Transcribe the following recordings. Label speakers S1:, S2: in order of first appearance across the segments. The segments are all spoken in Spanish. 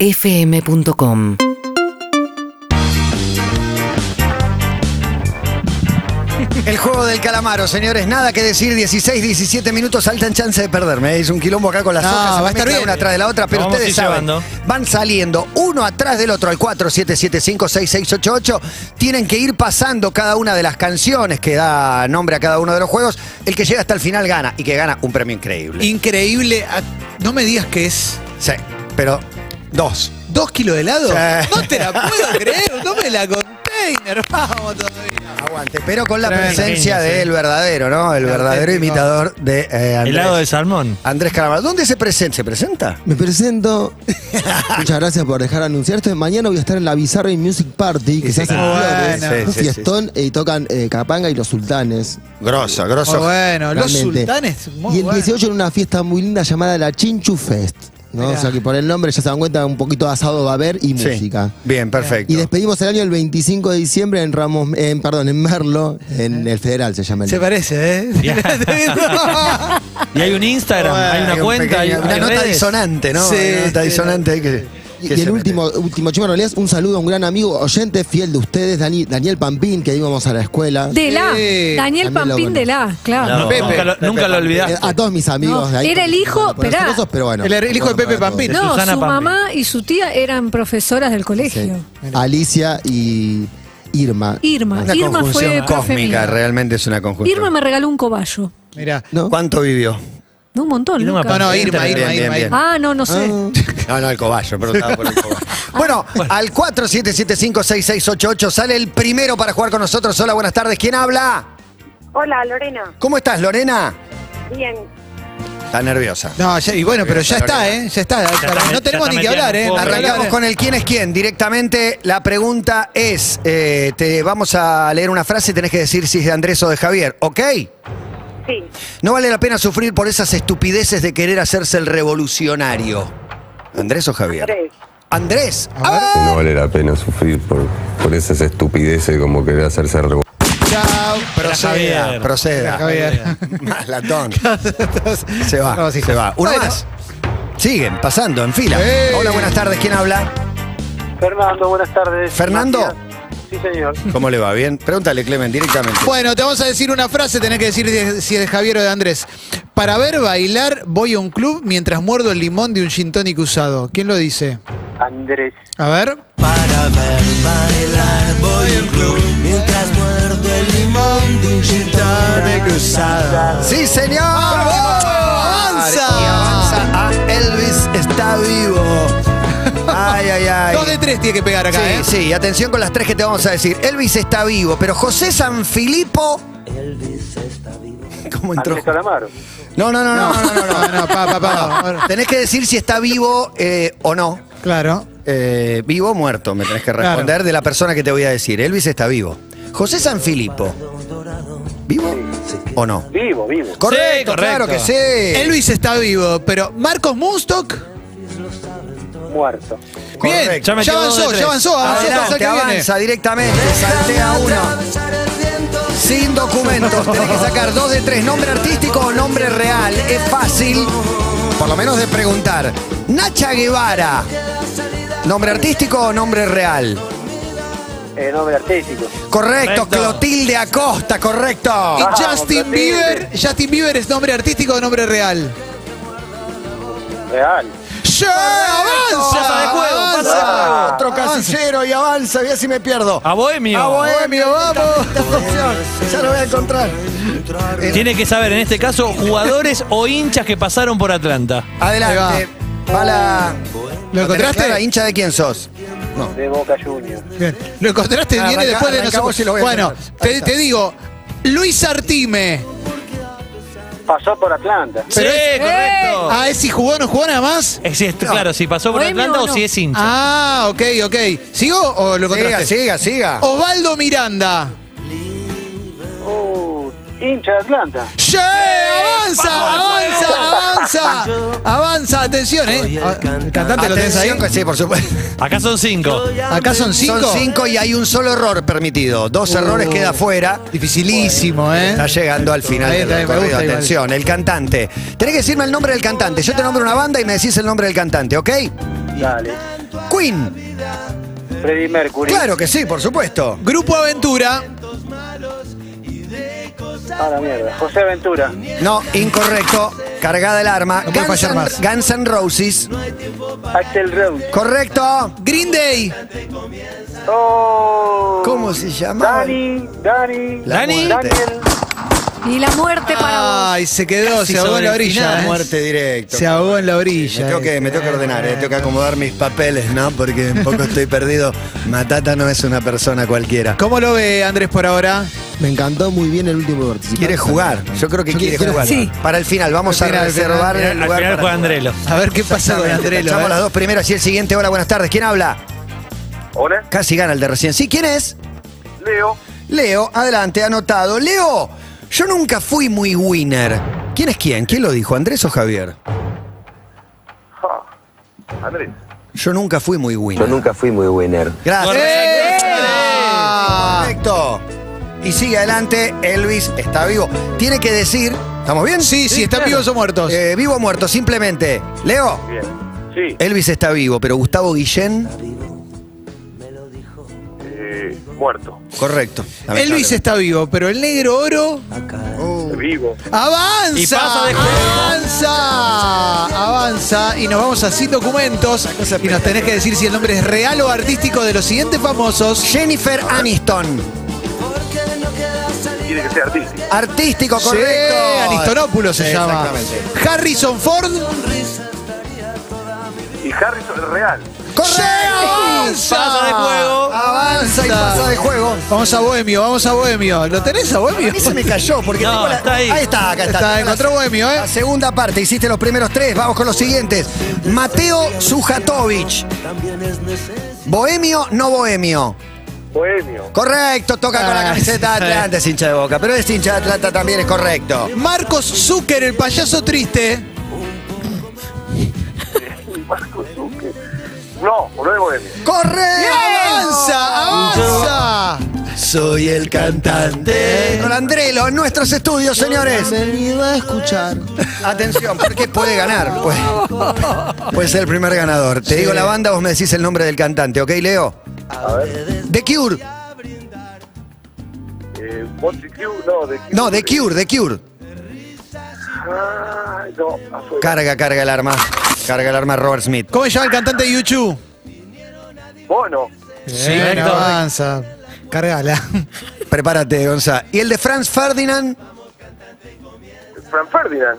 S1: urbanaplayfm.com
S2: El juego del calamaro, señores, nada que decir, 16, 17 minutos, alta chance de perderme. Es un quilombo acá con las
S3: No,
S2: hojas, se
S3: va a
S2: me
S3: estar
S2: mezcla
S3: bien.
S2: una atrás de la otra, pero
S4: Lo vamos a
S2: ustedes
S4: ir
S2: saben,
S4: llevando.
S2: van saliendo uno atrás del otro al 47756688. Tienen que ir pasando cada una de las canciones que da nombre a cada uno de los juegos. El que llega hasta el final gana y que gana un premio increíble.
S3: Increíble. Ah, No me digas que es
S2: Sí, pero dos.
S3: dos kilos de helado.
S2: Sí.
S3: No te la puedo creer. No me la container. Vamos todavía.
S2: Aguante, pero con la
S4: Tremendo.
S2: presencia
S4: Genio, sí.
S2: del verdadero, ¿no? El verdadero
S3: Auténtico.
S2: imitador de eh, Andrés.
S4: Helado de salmón.
S2: Andrés Calamaro. ¿Dónde se presenta? ¿Se presenta?
S5: Me presento. Muchas gracias por dejar anunciar esto. Mañana voy a estar en la Bizarre Music Party, que
S2: Sí,
S5: se
S2: sí.
S5: hace en
S3: Muy
S5: Flores.
S3: bueno.
S5: Un
S2: Sí, sí, sí.
S5: fiestón eh, y tocan eh, Capanga y los Sultanes.
S2: Grosso, grosso.
S3: Muy
S2: Ah,
S3: bueno, los
S5: realmente.
S3: sultanes. Muy
S5: y el
S3: bueno.
S5: 18 en una fiesta muy linda llamada la Chinchu Fest. ¿no?
S3: Mirá.
S5: O sea que por el nombre ya se dan cuenta un poquito de asado va a haber y
S2: Sí.
S5: música.
S2: Bien, perfecto.
S5: Y despedimos el año el 25 de diciembre en Ramos, en, perdón, en Merlo, en
S2: Eh.
S5: el Federal se llama el
S3: Se parece, ¿eh?
S4: Y hay un Instagram,
S2: Bueno,
S4: hay una
S2: un
S4: cuenta,
S2: pequeño-
S4: hay,
S2: una
S4: hay
S2: nota
S4: redes.
S2: disonante, ¿no?
S3: Sí,
S2: Hay una nota
S3: sí,
S2: disonante ahí que.
S5: Y,
S2: que
S5: y
S2: se
S5: el último, último chivo, en realidad, es un saludo a un gran amigo, oyente fiel de ustedes, Dani- Daniel Pampín, que íbamos a la escuela.
S6: De la.
S3: Sí.
S5: También lo
S6: Daniel Pampín
S5: conozco.
S6: de la, claro.
S4: No,
S3: Pepe.
S4: nunca lo, nunca lo
S5: Eh,
S2: Ah,
S4: olvidaste.
S5: A todos mis amigos.
S6: No,
S5: de ahí,
S6: era el hijo,
S5: por
S6: esperá.
S5: enojosos, pero bueno,
S3: El- er, el hijo de Pepe
S5: para
S3: Pampín.
S5: todos.
S6: No,
S4: Susana
S6: su
S4: Pampín.
S6: mamá y su tía eran profesoras del colegio.
S5: Sí. Alicia y Irma.
S6: Irma.
S2: Una
S6: Irma fue
S2: conjunción
S6: profe
S2: cósmica,
S6: mía.
S2: realmente es una conjunción.
S6: Irma me regaló un cobayo.
S3: Mirá.
S5: ¿No?
S2: ¿Cuánto vivió?
S6: No, un montón,
S4: Y no me
S6: Lucas.
S3: No, no, Irma,
S2: Bien,
S3: Irma,
S2: bien,
S3: Irma.
S2: bien.
S3: Irma.
S6: Ah, no, no sé.
S2: No, no, el cobayo, preguntaba por el cobayo. Bueno, al 47756688 sale el primero para jugar con nosotros. Hola, buenas tardes. ¿Quién habla?
S7: Hola, Lorena.
S2: ¿Cómo estás, Lorena?
S7: Bien.
S2: Está nerviosa.
S3: No, ya- y bueno, pero ya está, ¿eh? Ya está.
S4: está,
S3: no
S4: ya
S3: tenemos
S4: está
S3: ni que
S4: metida en
S3: hablar,
S4: el
S3: ¿eh?
S4: juego.
S2: Arrancamos con el quién es quién. Directamente la pregunta es, eh, te vamos a leer una frase y tenés que decir si es de Andrés o de Javier, ¿ok?
S7: Sí.
S2: No vale la pena sufrir por esas estupideces de querer hacerse el revolucionario. ¿Andrés o Javier?
S7: Tres.
S2: Andrés.
S3: A ver.
S2: ¡Ah!
S8: No vale la pena sufrir por, por esas estupideces como querer hacerse revo-
S3: Chao.
S2: Proceda,
S4: Javier.
S2: proceda.
S3: Javier.
S2: Malatón. Se va,
S3: No, sí,
S2: se va. Uno
S3: Bueno.
S2: más. Siguen pasando en fila.
S3: ¡Ey!
S2: Hola, buenas tardes. ¿Quién habla?
S9: Fernando, buenas tardes.
S2: ¿Fernando?
S9: Matías. Sí, señor.
S2: ¿Cómo le va? ¿Bien? Pregúntale, Clemen, directamente.
S3: Bueno, te vamos a decir una frase, tenés que decir de- si es de Javier o de Andrés. Para ver bailar, voy a un club mientras muerdo el limón de un gin tonic usado. ¿Quién lo dice?
S9: Andrés.
S3: A ver.
S2: ¡Sí, señor!
S3: ¡Avanza!
S2: Y avanza a Elvis está vivo. Ay, ay, ay.
S3: Dos de tres tiene que pegar acá, ¿eh?
S2: Sí, sí, y atención con las tres que te vamos a decir. Elvis está vivo, pero José Sanfilippo. Elvis está vivo. ¿Cómo entró?
S9: Andrés Calamaro.
S2: No, no, no, no, no, no, no,
S3: no, pa, pa, pa.
S2: no. Tenés que decir si está vivo eh, o no.
S3: Claro.
S2: Eh, vivo o muerto, me tenés que responder
S3: Claro.
S2: de la persona que te voy a decir. Elvis está vivo. José Sanfilippo. ¿Vivo o no?
S9: Vivo, vivo.
S2: Correcto, claro que
S4: correcto.
S2: sí.
S3: Elvis Eh, está vivo, pero Marcos Munstock.
S9: Muerto.
S3: Bien,
S2: Correcto.
S3: ya,
S4: Ya metió dos de
S3: avanzó,
S4: tres.
S3: ya avanzó,
S2: Ah,
S3: avanzó para el
S2: Adelante,
S3: que viene.
S2: avanza directamente, saltea uno. Sin documentos, tenés que sacar dos de tres, nombre artístico o nombre real. Es fácil, por lo menos de preguntar. Nacha Guevara, ¿nombre artístico o nombre real?
S9: Eh, nombre artístico.
S2: Correcto,
S4: Correcto.
S2: Clotilde Acosta, correcto.
S3: Y
S9: Ah,
S3: Justin
S9: Martín.
S3: Bieber, Justin Bieber es nombre artístico o nombre real.
S9: Real.
S3: ¡Ya avanza!
S4: Pasa de juego, pasa de
S3: avanza.
S4: juego.
S2: Ah, Otro casillero y avanza, voy a si me pierdo.
S4: A Bohemio.
S2: A Bohemio, vamos. Ya lo voy a encontrar.
S4: Tiene que saber, en este caso, jugadores o hinchas que pasaron por Atlanta.
S2: Adelante. Va la-
S3: ¿Lo
S2: tenés
S3: encontraste?
S2: clara? hincha de quién sos?
S9: De Boca Juniors.
S3: Bien. Lo encontraste,
S2: Arranca-
S3: viene después de
S2: arranca
S3: nosotros.
S2: vos y lo voy a
S3: bueno,
S2: encontrar. Ahí
S3: te,
S2: está.
S3: te digo, Luis Artime.
S9: Pasó por Atlanta.
S4: Sí,
S2: Oh. Eh.
S4: correcto.
S3: Ah, es si jugó o no jugó nada más.
S4: Es- es- Claro, si pasó por
S6: Bohemio
S4: Atlanta
S6: o
S4: o
S6: no.
S4: si es hincha.
S3: Ah, ok, ok. ¿Sigo o lo
S2: Siga,
S3: encontraste?
S2: siga, siga.
S3: Osvaldo Miranda.
S9: Uh, hincha de Atlanta.
S3: ¡Che!
S4: Eh,
S3: ¡Avanza! ¡Avanza! ¡Avanza! ¡Avanza! Atención, eh. Ah, Cantante, lo tenés ahí.
S2: Atención, que sí, por supuesto.
S6: Ah.
S4: Acá son cinco.
S3: Acá son cinco. Uh,
S2: Son cinco y hay un solo error permitido. Dos errores queda fuera.
S3: Dificilísimo, eh.
S2: Está llegando al final
S3: Ahí
S2: del
S3: está, me
S2: recorrido.
S3: gusta igual.
S2: Atención, el cantante. Tenés que decirme el nombre del cantante. Yo te nombro una banda y me decís el nombre del cantante, ¿ok?
S9: Dale.
S2: Queen.
S9: Freddie Mercury.
S2: Claro que sí, por supuesto.
S3: Grupo Aventura.
S9: A la mierda. José Ventura.
S2: No, incorrecto. Cargada el arma.
S3: No puede
S2: Guns
S3: fallar
S2: N'
S3: más.
S2: Guns N' Roses.
S9: Axel Rose.
S2: Correcto.
S3: Green Day.
S9: Oh.
S2: ¿Cómo se llamaba?
S9: Dani. Dani.
S2: La
S4: Dani.
S2: muerte.
S9: Daniel.
S6: Y la muerte para vos.
S3: Ay, se quedó,
S4: Casi
S3: se ahogó en
S4: sobre
S3: la
S4: el
S3: orilla.
S4: final,
S3: ¿eh?
S2: Muerte directo.
S3: Se ahogó en la
S2: Me
S3: orilla.
S2: tengo, que,
S3: eh.
S2: me tengo que ordenar, eh, tengo que acomodar mis papeles, ¿no? Porque un poco estoy perdido. Matata no es una persona cualquiera.
S3: ¿Cómo lo ve Andrés por ahora?
S5: Me encantó muy bien el último participante.
S2: Quiere jugar. Yo creo que quiere
S5: quiero
S2: jugar.
S6: Sí.
S2: Para el final, vamos a
S3: Al final, al final,
S2: reservar el
S4: Al
S2: lugar.
S4: final
S2: para-
S4: juega Andrelo.
S3: A ver qué pasa con Andrés.
S2: Tachamos las dos primeras y el siguiente. Hola, buenas tardes. ¿Quién habla?
S9: Hola.
S2: Casi gana el de recién. ¿Sí? ¿Quién es?
S9: Leo.
S2: Leo, adelante, anotado. Leo, yo nunca fui muy winner. ¿Quién es quién? ¿Quién lo dijo? ¿Andrés o Javier?
S9: Andrés.
S2: Yo nunca fui muy winner.
S1: fui muy winner.
S2: Gracias.
S4: ¡Eh!
S2: Correcto. Y sigue adelante, Elvis está vivo. Tiene que decir, ¿estamos bien?
S3: Sí, sí, están vivos o muertos.
S2: Eh, vivo o muerto, simplemente. Leo,
S9: Bien. Sí.
S2: Elvis está vivo, pero Gustavo Guillén,
S9: Eh, muerto.
S2: correcto.
S3: Elvis está vivo, pero el negro oro
S2: Oh.
S9: Vivo.
S3: avanza.
S4: Y pasa de juego.
S3: avanza. Avanza. Y nos vamos a sin documentos. Y nos tenés que decir si el nombre es real o artístico de los siguientes famosos.
S2: Jennifer Aniston,
S9: Tiene que ser artístico.
S2: artístico, correcto.
S3: Sí, Anistonopoulos se llama.
S2: Exactamente.
S3: Harrison Ford.
S9: Y Harrison Real.
S2: ¡Correcto!
S3: Avanza.
S4: Pasa de juego.
S2: Avanza y pasa de juego.
S3: Vamos a Bohemio, vamos a Bohemio. ¿Lo tenés a Bohemio?
S2: A mí se me cayó porque
S4: No,
S2: tengo la-
S4: está ahí.
S2: está, acá está.
S3: Está,
S2: Tengo la-
S3: encontró Bohemio, ¿eh?
S2: La segunda parte, hiciste los primeros tres, vamos con los siguientes. Mateo Sujatovic. Bohemio, no bohemio.
S9: Bohemio.
S2: Correcto, toca con la
S3: Ah,
S2: camiseta de Atlanta, es hincha de boca, pero es hincha de Atlanta también, es correcto.
S3: Marcos Zucker, el payaso triste.
S9: Marco Zucker. No, no es Bohemio.
S2: ¡Correcto!
S3: ¡Avanza! ¡Avanza!
S2: Soy el cantante. Con Andrelo en nuestros estudios, señores.
S5: Venido a escuchar.
S2: Atención, porque puede ganar. Puede, puede ser el primer ganador. Te digo la banda, vos me decís el nombre del cantante, ¿ok, Leo? The Cure.
S9: Eh, Monty Q. No, de Q.
S2: No, The Cure, The Cure.
S9: Ah, no. ah, fue-
S2: Carga, carga el arma. Carga el arma Robert Smith.
S3: ¿Cómo se llama el cantante de YouTube?
S9: Bono.
S4: Sí,
S3: Bien,
S4: Héctor.
S3: avanza. Cargala.
S2: Prepárate, Gonza. Y el de Franz Ferdinand.
S9: Fran Ferdinand.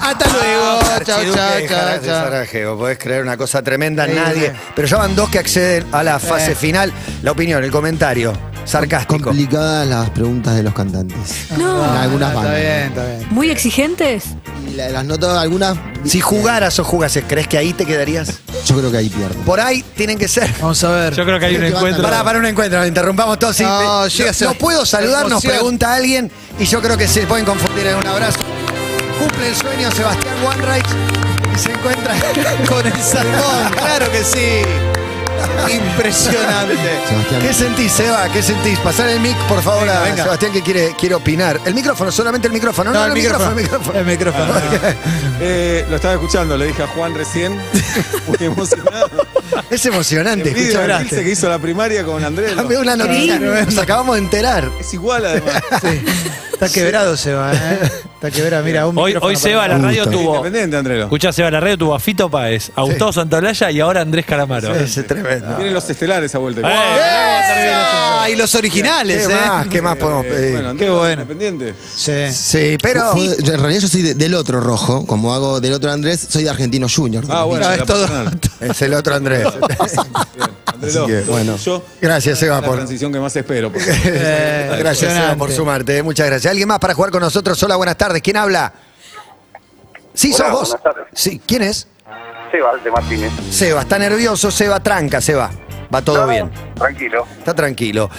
S3: Hasta luego. Chao,
S2: Ah, Archiduque
S3: chao,
S2: de
S3: chao,
S2: Jara- de
S3: chao.
S2: Sarajevo. Podés creer una cosa tremenda,
S3: Sí,
S2: nadie.
S3: sí.
S2: Pero ya van dos que acceden a la fase
S3: Eh.
S2: final. La opinión, el comentario. Sarcástico.
S5: Complicadas las preguntas de los cantantes.
S6: No.
S5: En algunas
S3: Está
S5: bandas.
S3: bien, está bien.
S6: Muy exigentes.
S5: Y la- las notas, algunas,
S2: Si jugaras o jugases, ¿crees que ahí te quedarías?
S5: yo creo que ahí pierdo.
S2: Por ahí tienen que ser.
S3: Vamos a ver.
S4: Yo creo que hay un
S5: Creo que
S4: encuentro.
S2: Pará, para un encuentro, nos interrumpamos todos. sí.
S3: No,
S2: Me-
S3: llega a ser-
S2: no puedo saludar, nos
S3: emoción.
S2: pregunta alguien y yo creo que se pueden confundir en un abrazo. Cumple el sueño Sebastián Wanreich y se encuentra
S3: Con el salmón, claro que sí. Impresionante.
S5: Sebastián.
S2: ¿Qué sentís, Seba? ¿Qué sentís? Pasar el mic, por favor, a
S3: venga.
S2: Sebastián que quiere, quiere opinar. El micrófono, solamente el micrófono. No, no, el, micrófono, Ah, el
S3: El micrófono.
S1: Eh, lo estaba escuchando, le dije a Juan recién. Muy emocionado.
S2: micrófono. Es emocionante.
S1: Envidia
S2: escuchá.
S1: de Gilse que hizo la primaria con Andrés.
S2: Dame una noticia, nos acabamos de enterar.
S1: Es igual además.
S3: Está quebrado, Seba, ¿eh? Está quebrado, mira. Un
S4: Hoy,
S3: micrófono
S4: hoy
S3: para-
S4: Seba, la
S5: Un
S4: radio
S5: gusto.
S4: tuvo.
S1: Independiente, Andrés.
S4: Escuchá, Seba, la radio tuvo a Fito Páez, a Gustavo Santaolalla y ahora a Andrés Calamaro.
S2: Es tremendo.
S1: Tienen los estelares a vuelta.
S4: Eh,
S3: ¡Esa! Y los
S2: ¿Qué
S3: originales, ¿eh?
S2: más? ¿Qué más podemos
S1: Eh,
S2: pedir?
S1: bueno, Andrés,
S3: Qué bueno.
S1: Independiente.
S3: Sí.
S2: Sí, pero... eh,
S5: Fue- yo- en realidad yo soy de- del otro rojo, como hago del otro Andrés, soy de Argentino Junior.
S1: Ah, bueno.
S3: No,
S1: la
S3: es todo.
S1: personal.
S2: Es el otro Andrés.
S1: Bien, Andrés,
S2: Así que,
S1: entonces,
S2: bueno.
S1: Yo,
S2: Gracias, Seba,
S1: la
S2: por...
S1: transición que más espero. porque-
S3: Eh,
S2: Gracias, Seba, por
S3: impresionante.
S2: sumarte. eh. Muchas gracias. ¿Alguien más para jugar con nosotros? Hola, buenas tardes. ¿Quién habla? Sí,
S9: Hola,
S2: sos vos.
S9: buenas tardes.
S2: Sí, ¿quién es?
S9: Seba de Martínez.
S2: Seba, está nervioso, Seba, tranca, Seba. Va todo bien.
S9: Tranquilo.
S2: Está tranquilo.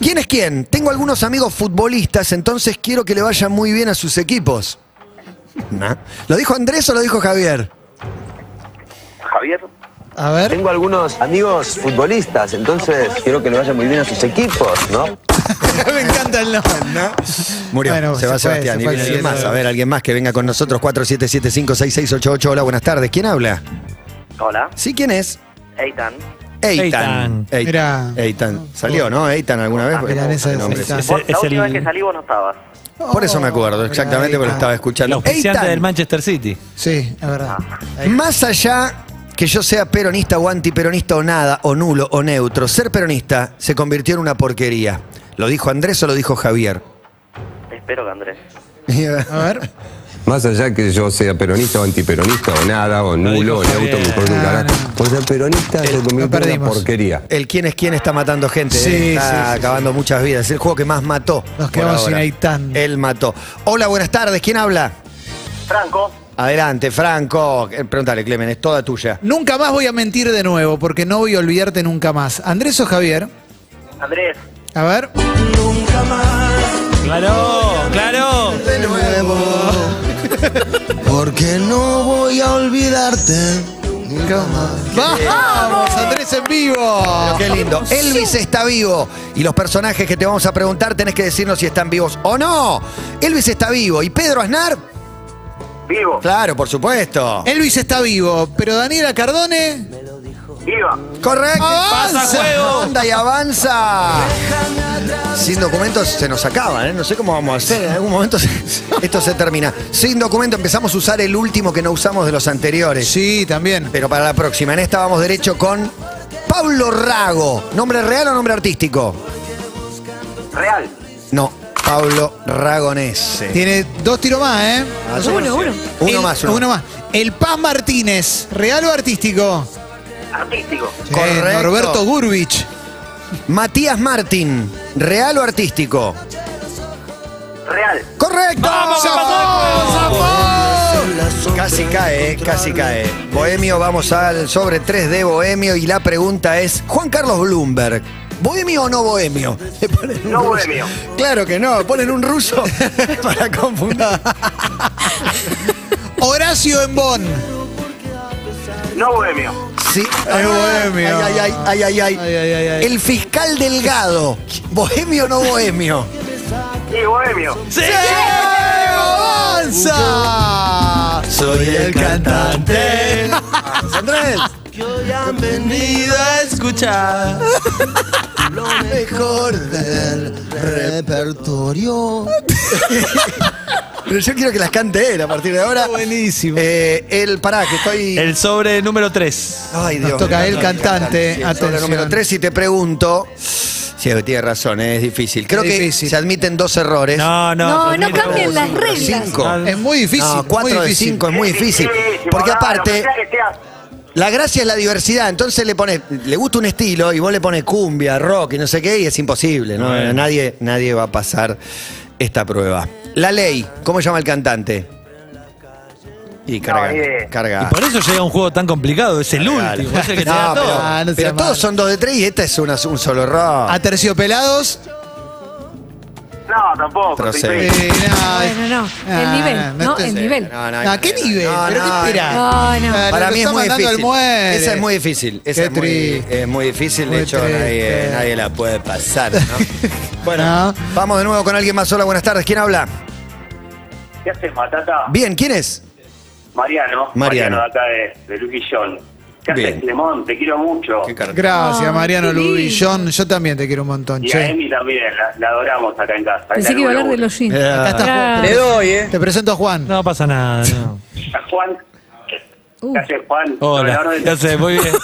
S2: ¿Quién es quién? Tengo algunos amigos futbolistas, entonces quiero que le vaya muy bien a sus equipos. Nah. ¿Lo dijo Andrés o lo dijo Javier?
S9: Javier.
S3: A ver.
S10: Tengo algunos amigos futbolistas, entonces quiero que le vaya muy bien a sus equipos, ¿no?
S3: Me encanta el nombre.
S2: Murió.
S3: Bueno,
S2: se va
S3: se fue,
S2: Sebastián.
S3: se
S2: Y
S3: fue,
S2: viene
S3: sí,
S2: alguien
S3: se
S2: más.
S3: fue.
S2: A ver, alguien más que venga con nosotros. 47756688. Hola, buenas tardes. ¿Quién habla?
S9: Hola,
S2: ¿Sí quién es?
S9: Eitan.
S2: Eitan.
S4: Eitan.
S2: Eitan.
S3: Mirá. Ah,
S2: Eitan. Salió, ¿no? Eitan alguna vez. Bueno,
S3: milanesa de
S2: nombre.
S3: Eitan. Oh,
S4: Es-
S9: Vos,
S4: es
S9: la última
S4: el-
S9: vez que salí vos no estabas.
S2: Por eso me acuerdo, exactamente, porque lo estaba
S4: El
S2: escuchando.
S4: oficiante
S2: Eitan,
S4: del Manchester City.
S3: Sí, es verdad.
S2: más allá que yo sea peronista o antiperonista o nada, o nulo o neutro, ser peronista se convirtió en una porquería. ¿Lo dijo Andrés o lo dijo Javier?
S9: Espero que Andrés.
S3: A ver.
S8: Más allá que yo sea peronista o antiperonista o nada, o nulo, o
S4: dijo
S8: neutro,
S4: Javier.
S8: mejor que un
S3: No,
S8: carajo.
S3: no.
S8: Por ser peronista se convierte en una
S3: perdimos.
S8: porquería.
S2: El quién es quién está matando gente, ¿eh?
S3: Sí, sí,
S2: está
S3: sí, sí.
S2: acabando muchas vidas. Es el juego que más mató. por
S3: Nos quedamos sin
S2: ahora.
S3: Aitán.
S2: Él mató. Hola, buenas tardes. ¿Quién habla?
S9: Franco,
S2: Adelante, Franco. Eh, Pregúntale, Clemen, es toda tuya.
S3: Nunca más voy a mentir de nuevo, porque no voy a olvidarte nunca más. Andrés o Javier.
S9: Andrés,
S3: A ver.
S4: Claro, claro.
S5: de nuevo. Porque no voy a olvidarte. Nunca más.
S3: ¡Vamos! ¡Andrés en vivo!
S2: Eh, Qué lindo. Elvis está vivo. Y los personajes que te vamos a preguntar tenés que decirnos si están vivos o no. Elvis está vivo. ¿Y Pedro Aznar?
S9: vivo,
S2: Claro, por supuesto.
S3: Elvis está vivo, pero Daniela Cardone.
S9: viva.
S2: Correcto.
S4: Pasa juego.
S2: Anda y avanza. Sin documentos se nos acaban, ¿eh? No sé cómo vamos a hacer. En algún momento se- esto se termina. Sin documento empezamos a usar el último que no usamos de los anteriores.
S3: Sí, también.
S2: Pero para la próxima, en esta vamos derecho con Pablo Rago. ¿Nombre real o nombre artístico?
S9: Real,
S2: No, Pablo Ragonese.
S3: Tiene dos tiros más, ¿eh?
S6: Uno, uno.
S2: Uno
S3: El-
S2: más, uno.
S3: uno. más. El Paz Martínez, ¿real o artístico?
S9: artístico,
S2: Correcto.
S3: Norberto Gurvich.
S2: Matías Martín, ¿real o artístico?
S9: real.
S2: ¡Correcto!
S4: Vamos, que
S2: ¡Zafó! ¡Zafó! Casi cae, eh, casi cae. Bohemio, vamos al sobre 3 de Bohemio y la pregunta es, Juan Carlos Bloomberg, ¿bohemio o no bohemio? Le ponen un
S9: No
S2: ruso.
S9: bohemio.
S2: Claro que no, ponen un ruso para confundir.
S3: Horacio Embón.
S9: No bohemio.
S2: Sí.
S3: Es bohemio.
S2: Ay, ay, ay, ay, ay,
S3: Ay, ay, ay, ay.
S2: El fiscal Delgado, ¿bohemio o no bohemio?
S9: Sí, bohemio.
S4: ¡Sí!
S3: ¡Avanza!
S2: Soy el cantante. Andrés.
S4: Venido a escuchar.
S5: Lo mejor del repertorio.
S2: Pero yo quiero que las cante él a partir de ahora. Buenísimo. el, pará, que estoy.
S4: El sobre número 3.
S2: Ay,
S3: Nos
S2: Dios.
S3: toca
S2: mío,
S3: el
S2: no,
S3: cantante.
S2: sí, sobre
S3: Atención.
S2: número 3 y te pregunto. Sí, tiene razón, eh, es difícil. Creo
S3: Es
S2: que
S3: difícil.
S2: se admiten dos errores.
S4: No, no.
S6: No, no cambien las reglas.
S2: Cinco.
S3: Es muy difícil.
S2: No, cuatro
S3: muy
S2: de
S3: difícil.
S2: cinco es muy difícil.
S9: Dificilísimo,
S2: Porque
S9: nada,
S2: aparte,
S9: lo que sea que sea.
S2: la gracia es la diversidad. Entonces le pones, le gusta un estilo y vos le pones cumbia, rock y no sé qué, y es imposible. ¿no?
S4: Bueno.
S2: Nadie, nadie va a pasar esta prueba. La ley, ¿cómo llama el cantante? Y carga.
S9: ni idea.
S2: carga.
S4: Y por eso llega un juego tan complicado. Es el
S2: Dale.
S4: último. Es el que te
S2: No,
S4: da
S2: pero,
S4: todo. Ah,
S3: Ah, no sea
S2: pero
S3: malo.
S2: todos son dos de tres y esta es una- un solo error.
S3: Aterciopelados.
S9: No, tampoco. estoy
S2: Procede.
S3: Eh,
S9: feliz.
S3: no,
S6: Bueno, no.
S3: Ah,
S6: El nivel,
S3: no
S6: ¿no?
S3: estés-
S6: El nivel.
S2: No, no,
S3: Ah, ¿Qué
S2: no,
S3: nivel?
S2: no,
S3: ¿Pero
S2: no,
S3: qué esperás?
S6: no. No, no.
S3: Ah,
S2: Para
S3: lo
S2: mí es
S3: está
S2: muy
S3: mandando al
S2: difícil.
S3: muere.
S2: Esa es muy difícil. Esa
S3: Qué
S2: es muy,
S3: triste.
S2: es muy difícil.
S3: Muy
S2: de hecho, nadie,
S3: triste.
S2: nadie la puede pasar. ¿no?
S3: Bueno.
S2: Vamos de nuevo con alguien más. Hola, buenas tardes. ¿Quién habla?
S9: ¿Qué haces, Matata?
S2: Bien, ¿quién es?
S9: Mariano.
S2: Mariano.
S9: de acá de, de Luis Guillón. ¿Qué
S2: Bien.
S9: haces, Clemón? Te quiero mucho.
S3: Gracias,
S6: Ay,
S3: Mariano
S6: qué
S3: Luis.
S6: lindo.
S3: John, yo también te quiero un montón.
S9: Y a
S3: Che.
S9: Emi también, la, la adoramos acá en casa. Es
S6: Pensé
S9: la
S6: que iba a
S9: número
S6: hablar de
S9: uno.
S6: los jeans.
S2: Eh.
S3: Acá está Juan.
S6: Ah,
S10: Te doy, ¿eh?
S3: Te presento a Juan.
S4: No pasa nada, no.
S9: A Juan.
S6: Uh.
S9: ¿Qué haces, Juan?
S4: Hola.
S9: Dorador de-
S4: Ya sé, muy bien.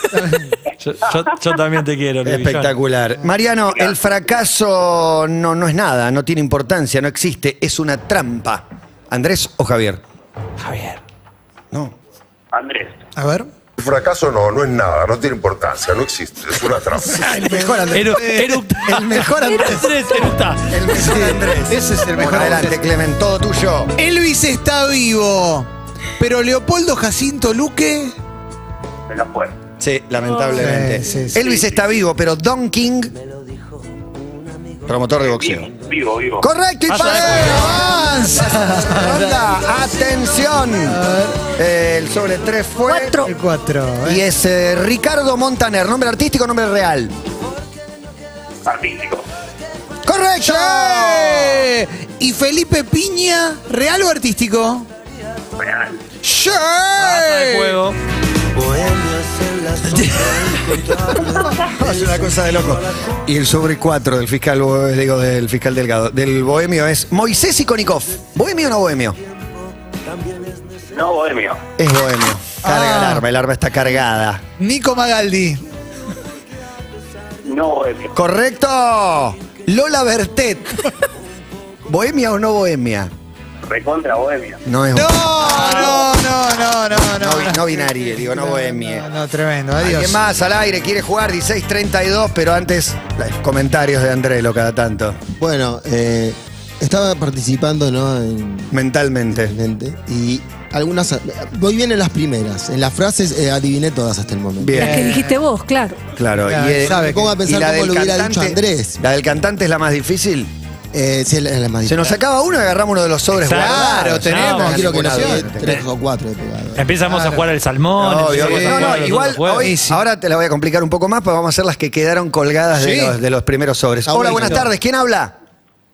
S4: Yo, yo- yo también te quiero, Luis
S2: Espectacular. Mariano, el fracaso no, no es nada, no tiene importancia, no existe, es una trampa. ¿Andrés o Javier?
S4: Villón. Javier.
S2: No.
S9: Andrés.
S3: A ver.
S11: El fracaso no, no es nada, no tiene importancia, no existe, es una trampa.
S2: El mejor Andrés.
S4: Eru- eructa.
S2: El mejor Andrés.
S4: Andrés, eructa.
S2: El mejor Andrés.
S3: Ese es el
S2: Bueno,
S3: mejor.
S2: adelante, Clemen, todo tuyo.
S3: Elvis está vivo. Pero Leopoldo Jacinto Luque.
S9: Se nos fue.
S2: Sí, lamentablemente.
S3: Sí, sí, sí.
S2: Elvis está vivo, pero Don King. Promotor de boxeo.
S9: Vivo, vivo.
S2: Correcto, y
S4: Pasa
S2: para
S4: de
S2: él, avanza. Ronda, atención. Eh, El sobre 3 fue.
S6: Cuatro.
S3: El 4.
S2: Y es eh, Ricardo Montaner, nombre artístico, nombre real.
S9: Artístico.
S2: ¡Correcto!
S3: ¿Y Felipe Piña, real o artístico?
S9: Real.
S3: ¡Sí!
S4: Pasa de juego.
S2: Es una cosa de loco. Y el sobre 4 del fiscal, Bo- digo, del fiscal Delgado, del bohemio es Moisés Ikonikov. ¿Bohemio o no bohemio?
S9: No, bohemio.
S2: Es bohemio. Carga el
S3: Ah.
S2: arma, el arma está cargada.
S3: Nico Magaldi.
S9: No, bohemio.
S2: ¡Correcto! Lola Bertet. ¿Bohemia o no bohemia?
S9: Recontra, bohemio.
S2: No es
S3: No,
S2: bohemia.
S3: no, no, no,
S2: No,
S3: no, no.
S2: bi- no binaria, digo, no bohemia.
S3: No, no, tremendo. Adiós.
S2: Alguien más al aire quiere jugar 16-32, pero antes la- comentarios de Andrelo cada tanto,
S5: Bueno, eh, estaba participando, ¿no? En,
S2: mentalmente.
S5: Gente, Y algunas. Voy bien en las primeras. En las frases eh, adiviné todas hasta el momento.
S6: Las que
S2: Bien,
S6: dijiste vos, claro.
S2: claro.
S3: Claro,
S2: y, eh,
S3: sabe
S5: Me pongo a
S2: y
S5: pensar
S2: la
S5: cómo
S2: del
S5: lo hubiera dicho
S2: cantante-
S5: Andrés.
S2: La del cantante es la más difícil.
S5: Eh, sí, es la- es la más
S2: Se nos
S5: difícil.
S2: acaba uno y agarramos uno de los sobres
S4: Claro,
S2: guardados.
S4: tenemos.
S2: No,
S5: No, quiero que nos
S2: ninguna
S5: dé
S2: duda.
S5: tres o cuatro de pegado.
S4: Empezamos a jugar al salmón.
S2: No, obvio,
S4: empezamos a
S2: obvio.
S4: jugar
S2: No, no,
S4: a los
S2: igual
S4: otros juegos.
S2: hoy- ahora te la voy a complicar un poco más, pero vamos a hacer las que quedaron colgadas de,
S3: Sí.
S2: los, de los primeros sobres.
S5: Está
S2: Hola,
S5: bueno.
S2: buenas tardes. ¿Quién habla?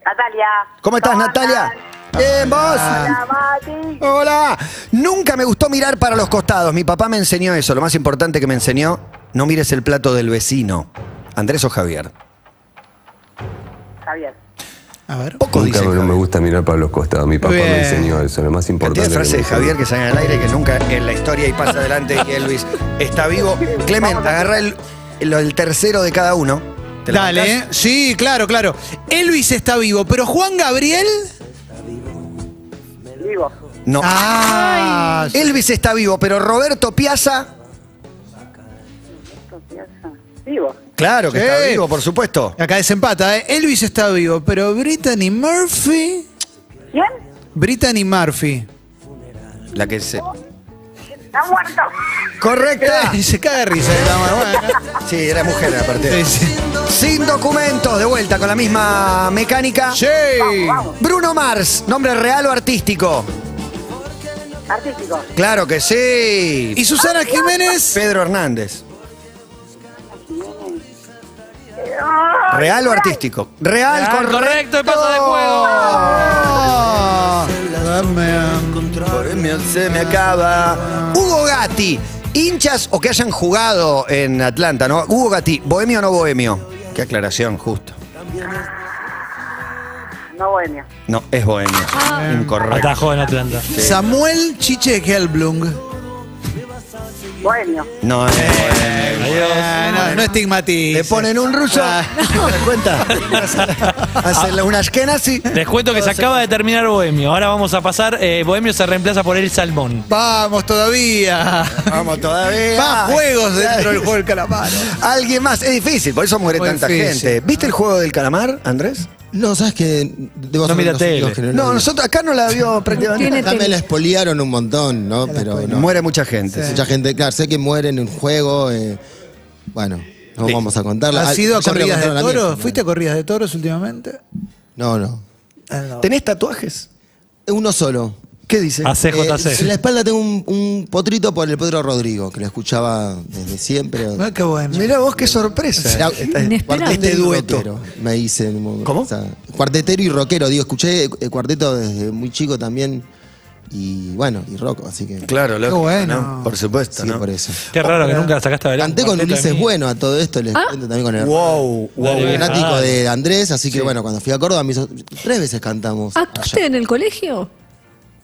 S7: Natalia.
S2: ¿Cómo estás,
S7: ¿Cómo
S2: Natalia?
S7: andan?
S2: Bien, vos.
S7: Hola, Mati.
S2: Hola. Nunca me gustó mirar para los costados. Mi papá me enseñó eso. Lo más importante que me enseñó, no mires el plato del vecino. Andrés o Javier.
S7: Javier.
S3: A ver.
S2: Pocos
S8: Nunca
S2: dicen
S8: no me
S2: Javier.
S8: gusta mirar para los costados. Mi papá
S3: Bien.
S8: me enseñó eso. Lo más
S2: Cantidad
S8: importante.
S2: de frases
S8: que me
S2: de Javier que salen al aire que nunca en la historia y pasa adelante y Elvis está vivo. Clement, agarra el, el- el tercero de cada uno. ¿Te la
S3: Dale,
S2: bancás?
S3: ¿eh? Sí, claro, claro. Elvis está vivo, pero Juan Gabriel.
S7: Vivo.
S2: No.
S3: Ah,
S2: Elvis está vivo, pero Roberto Piazza.
S7: Vivo.
S2: Claro que
S3: Sí.
S2: está vivo, por supuesto.
S3: acá desempata, ¿eh? Elvis está vivo, pero Brittany Murphy.
S7: ¿Quién?
S3: Brittany Murphy.
S2: La que se.
S7: Está muerto.
S2: ¡Correcta!
S3: Se caga de risa. ¿eh? Bueno,
S2: Sí, era mujer aparte.
S3: sí, sí.
S2: Sin documentos, de vuelta con la misma mecánica.
S3: Sí.
S2: Bruno Mars, nombre real o artístico.
S7: Artístico.
S2: Claro que sí.
S3: Y Susana Jiménez.
S2: Pedro Hernández.
S7: Ah,
S2: ¿Real o artístico? Real,
S4: Ah,
S2: correcto.
S4: correcto, el paso de
S3: Ah.
S4: juego.
S2: Bohemia ¡Ah! se me acaba. Hugo Gatti, hinchas o que hayan jugado en Atlanta, ¿no? Hugo Gatti, bohemio o no bohemio. Qué aclaración, justo.
S7: No bohemio. Ah.
S2: No, es bohemio. Incorrecto.
S4: Atajó en Atlanta.
S3: Samuel Chiche Helblung.
S7: Bohemio.
S2: No, es bohemio.
S3: Eh, no, Ah, no estigmatices.
S2: Le ponen un ruso. ¿Te das cuenta? Hacen una así.
S4: Les cuento que se acaba de terminar Bohemio. Ahora vamos a pasar. eh, Bohemio se reemplaza por el salmón.
S3: Vamos todavía.
S2: Vamos todavía.
S3: Más juegos dentro del juego del calamar.
S2: Alguien más. Es difícil, por eso muere
S3: Muy
S2: tanta
S3: difícil.
S2: gente. ¿Viste el juego del calamar, Andrés?
S5: No, ¿sabes que Debo
S4: No mira tele.
S2: No, nosotros acá no la vio prácticamente.
S6: Tiene
S5: Acá me
S6: tele.
S5: la espoliaron un montón, ¿no? Pero no.
S2: Muere mucha gente.
S5: Mucha gente, claro, sé que mueren en un juego. eh, bueno, no
S2: Listo.
S5: vamos a contarla.
S3: ¿Has
S5: Ah,
S3: ido a
S5: ya me lo
S3: corridas de
S5: contaron a mí,
S3: toros?
S5: ¿no?
S3: ¿Fuiste a corridas de toros últimamente?
S5: No, no.
S3: Ah,
S2: ¿Tenés tatuajes?
S5: Eh, Uno solo.
S2: ¿Qué dice?
S4: A
S5: Eh, en la
S4: CJC.
S5: espalda tengo un, un potrito por el Pedro Rodrigo, que lo escuchaba desde siempre.
S3: Ah, qué bueno.
S2: Mirá vos, qué sorpresa.
S5: Era-
S6: Inesperado.
S2: Este
S5: y
S2: dueto.
S5: rockero, me hice en un momento.
S2: ¿Cómo?
S5: O sea, cuartetero y rockero, digo, escuché eh, cuarteto desde muy chico también. Y bueno, y rock, así que.
S2: Claro, lógico,
S3: bueno.
S2: ¿no? Por supuesto,
S5: sí,
S2: ¿no?
S5: por eso.
S4: Qué raro que nunca la sacaste a bailar.
S5: Canté
S4: un
S5: con
S4: cuarteto de
S5: Ulises
S4: mí.
S5: Bueno a todo esto, les cuento también con el
S2: Wow, wow.
S4: Dale.
S5: fanático
S4: Ah.
S5: de Andrés, así que bueno, cuando fui a Córdoba, me hizo- tres veces cantamos.
S6: ¿Actuaste
S5: allá.
S6: en el colegio?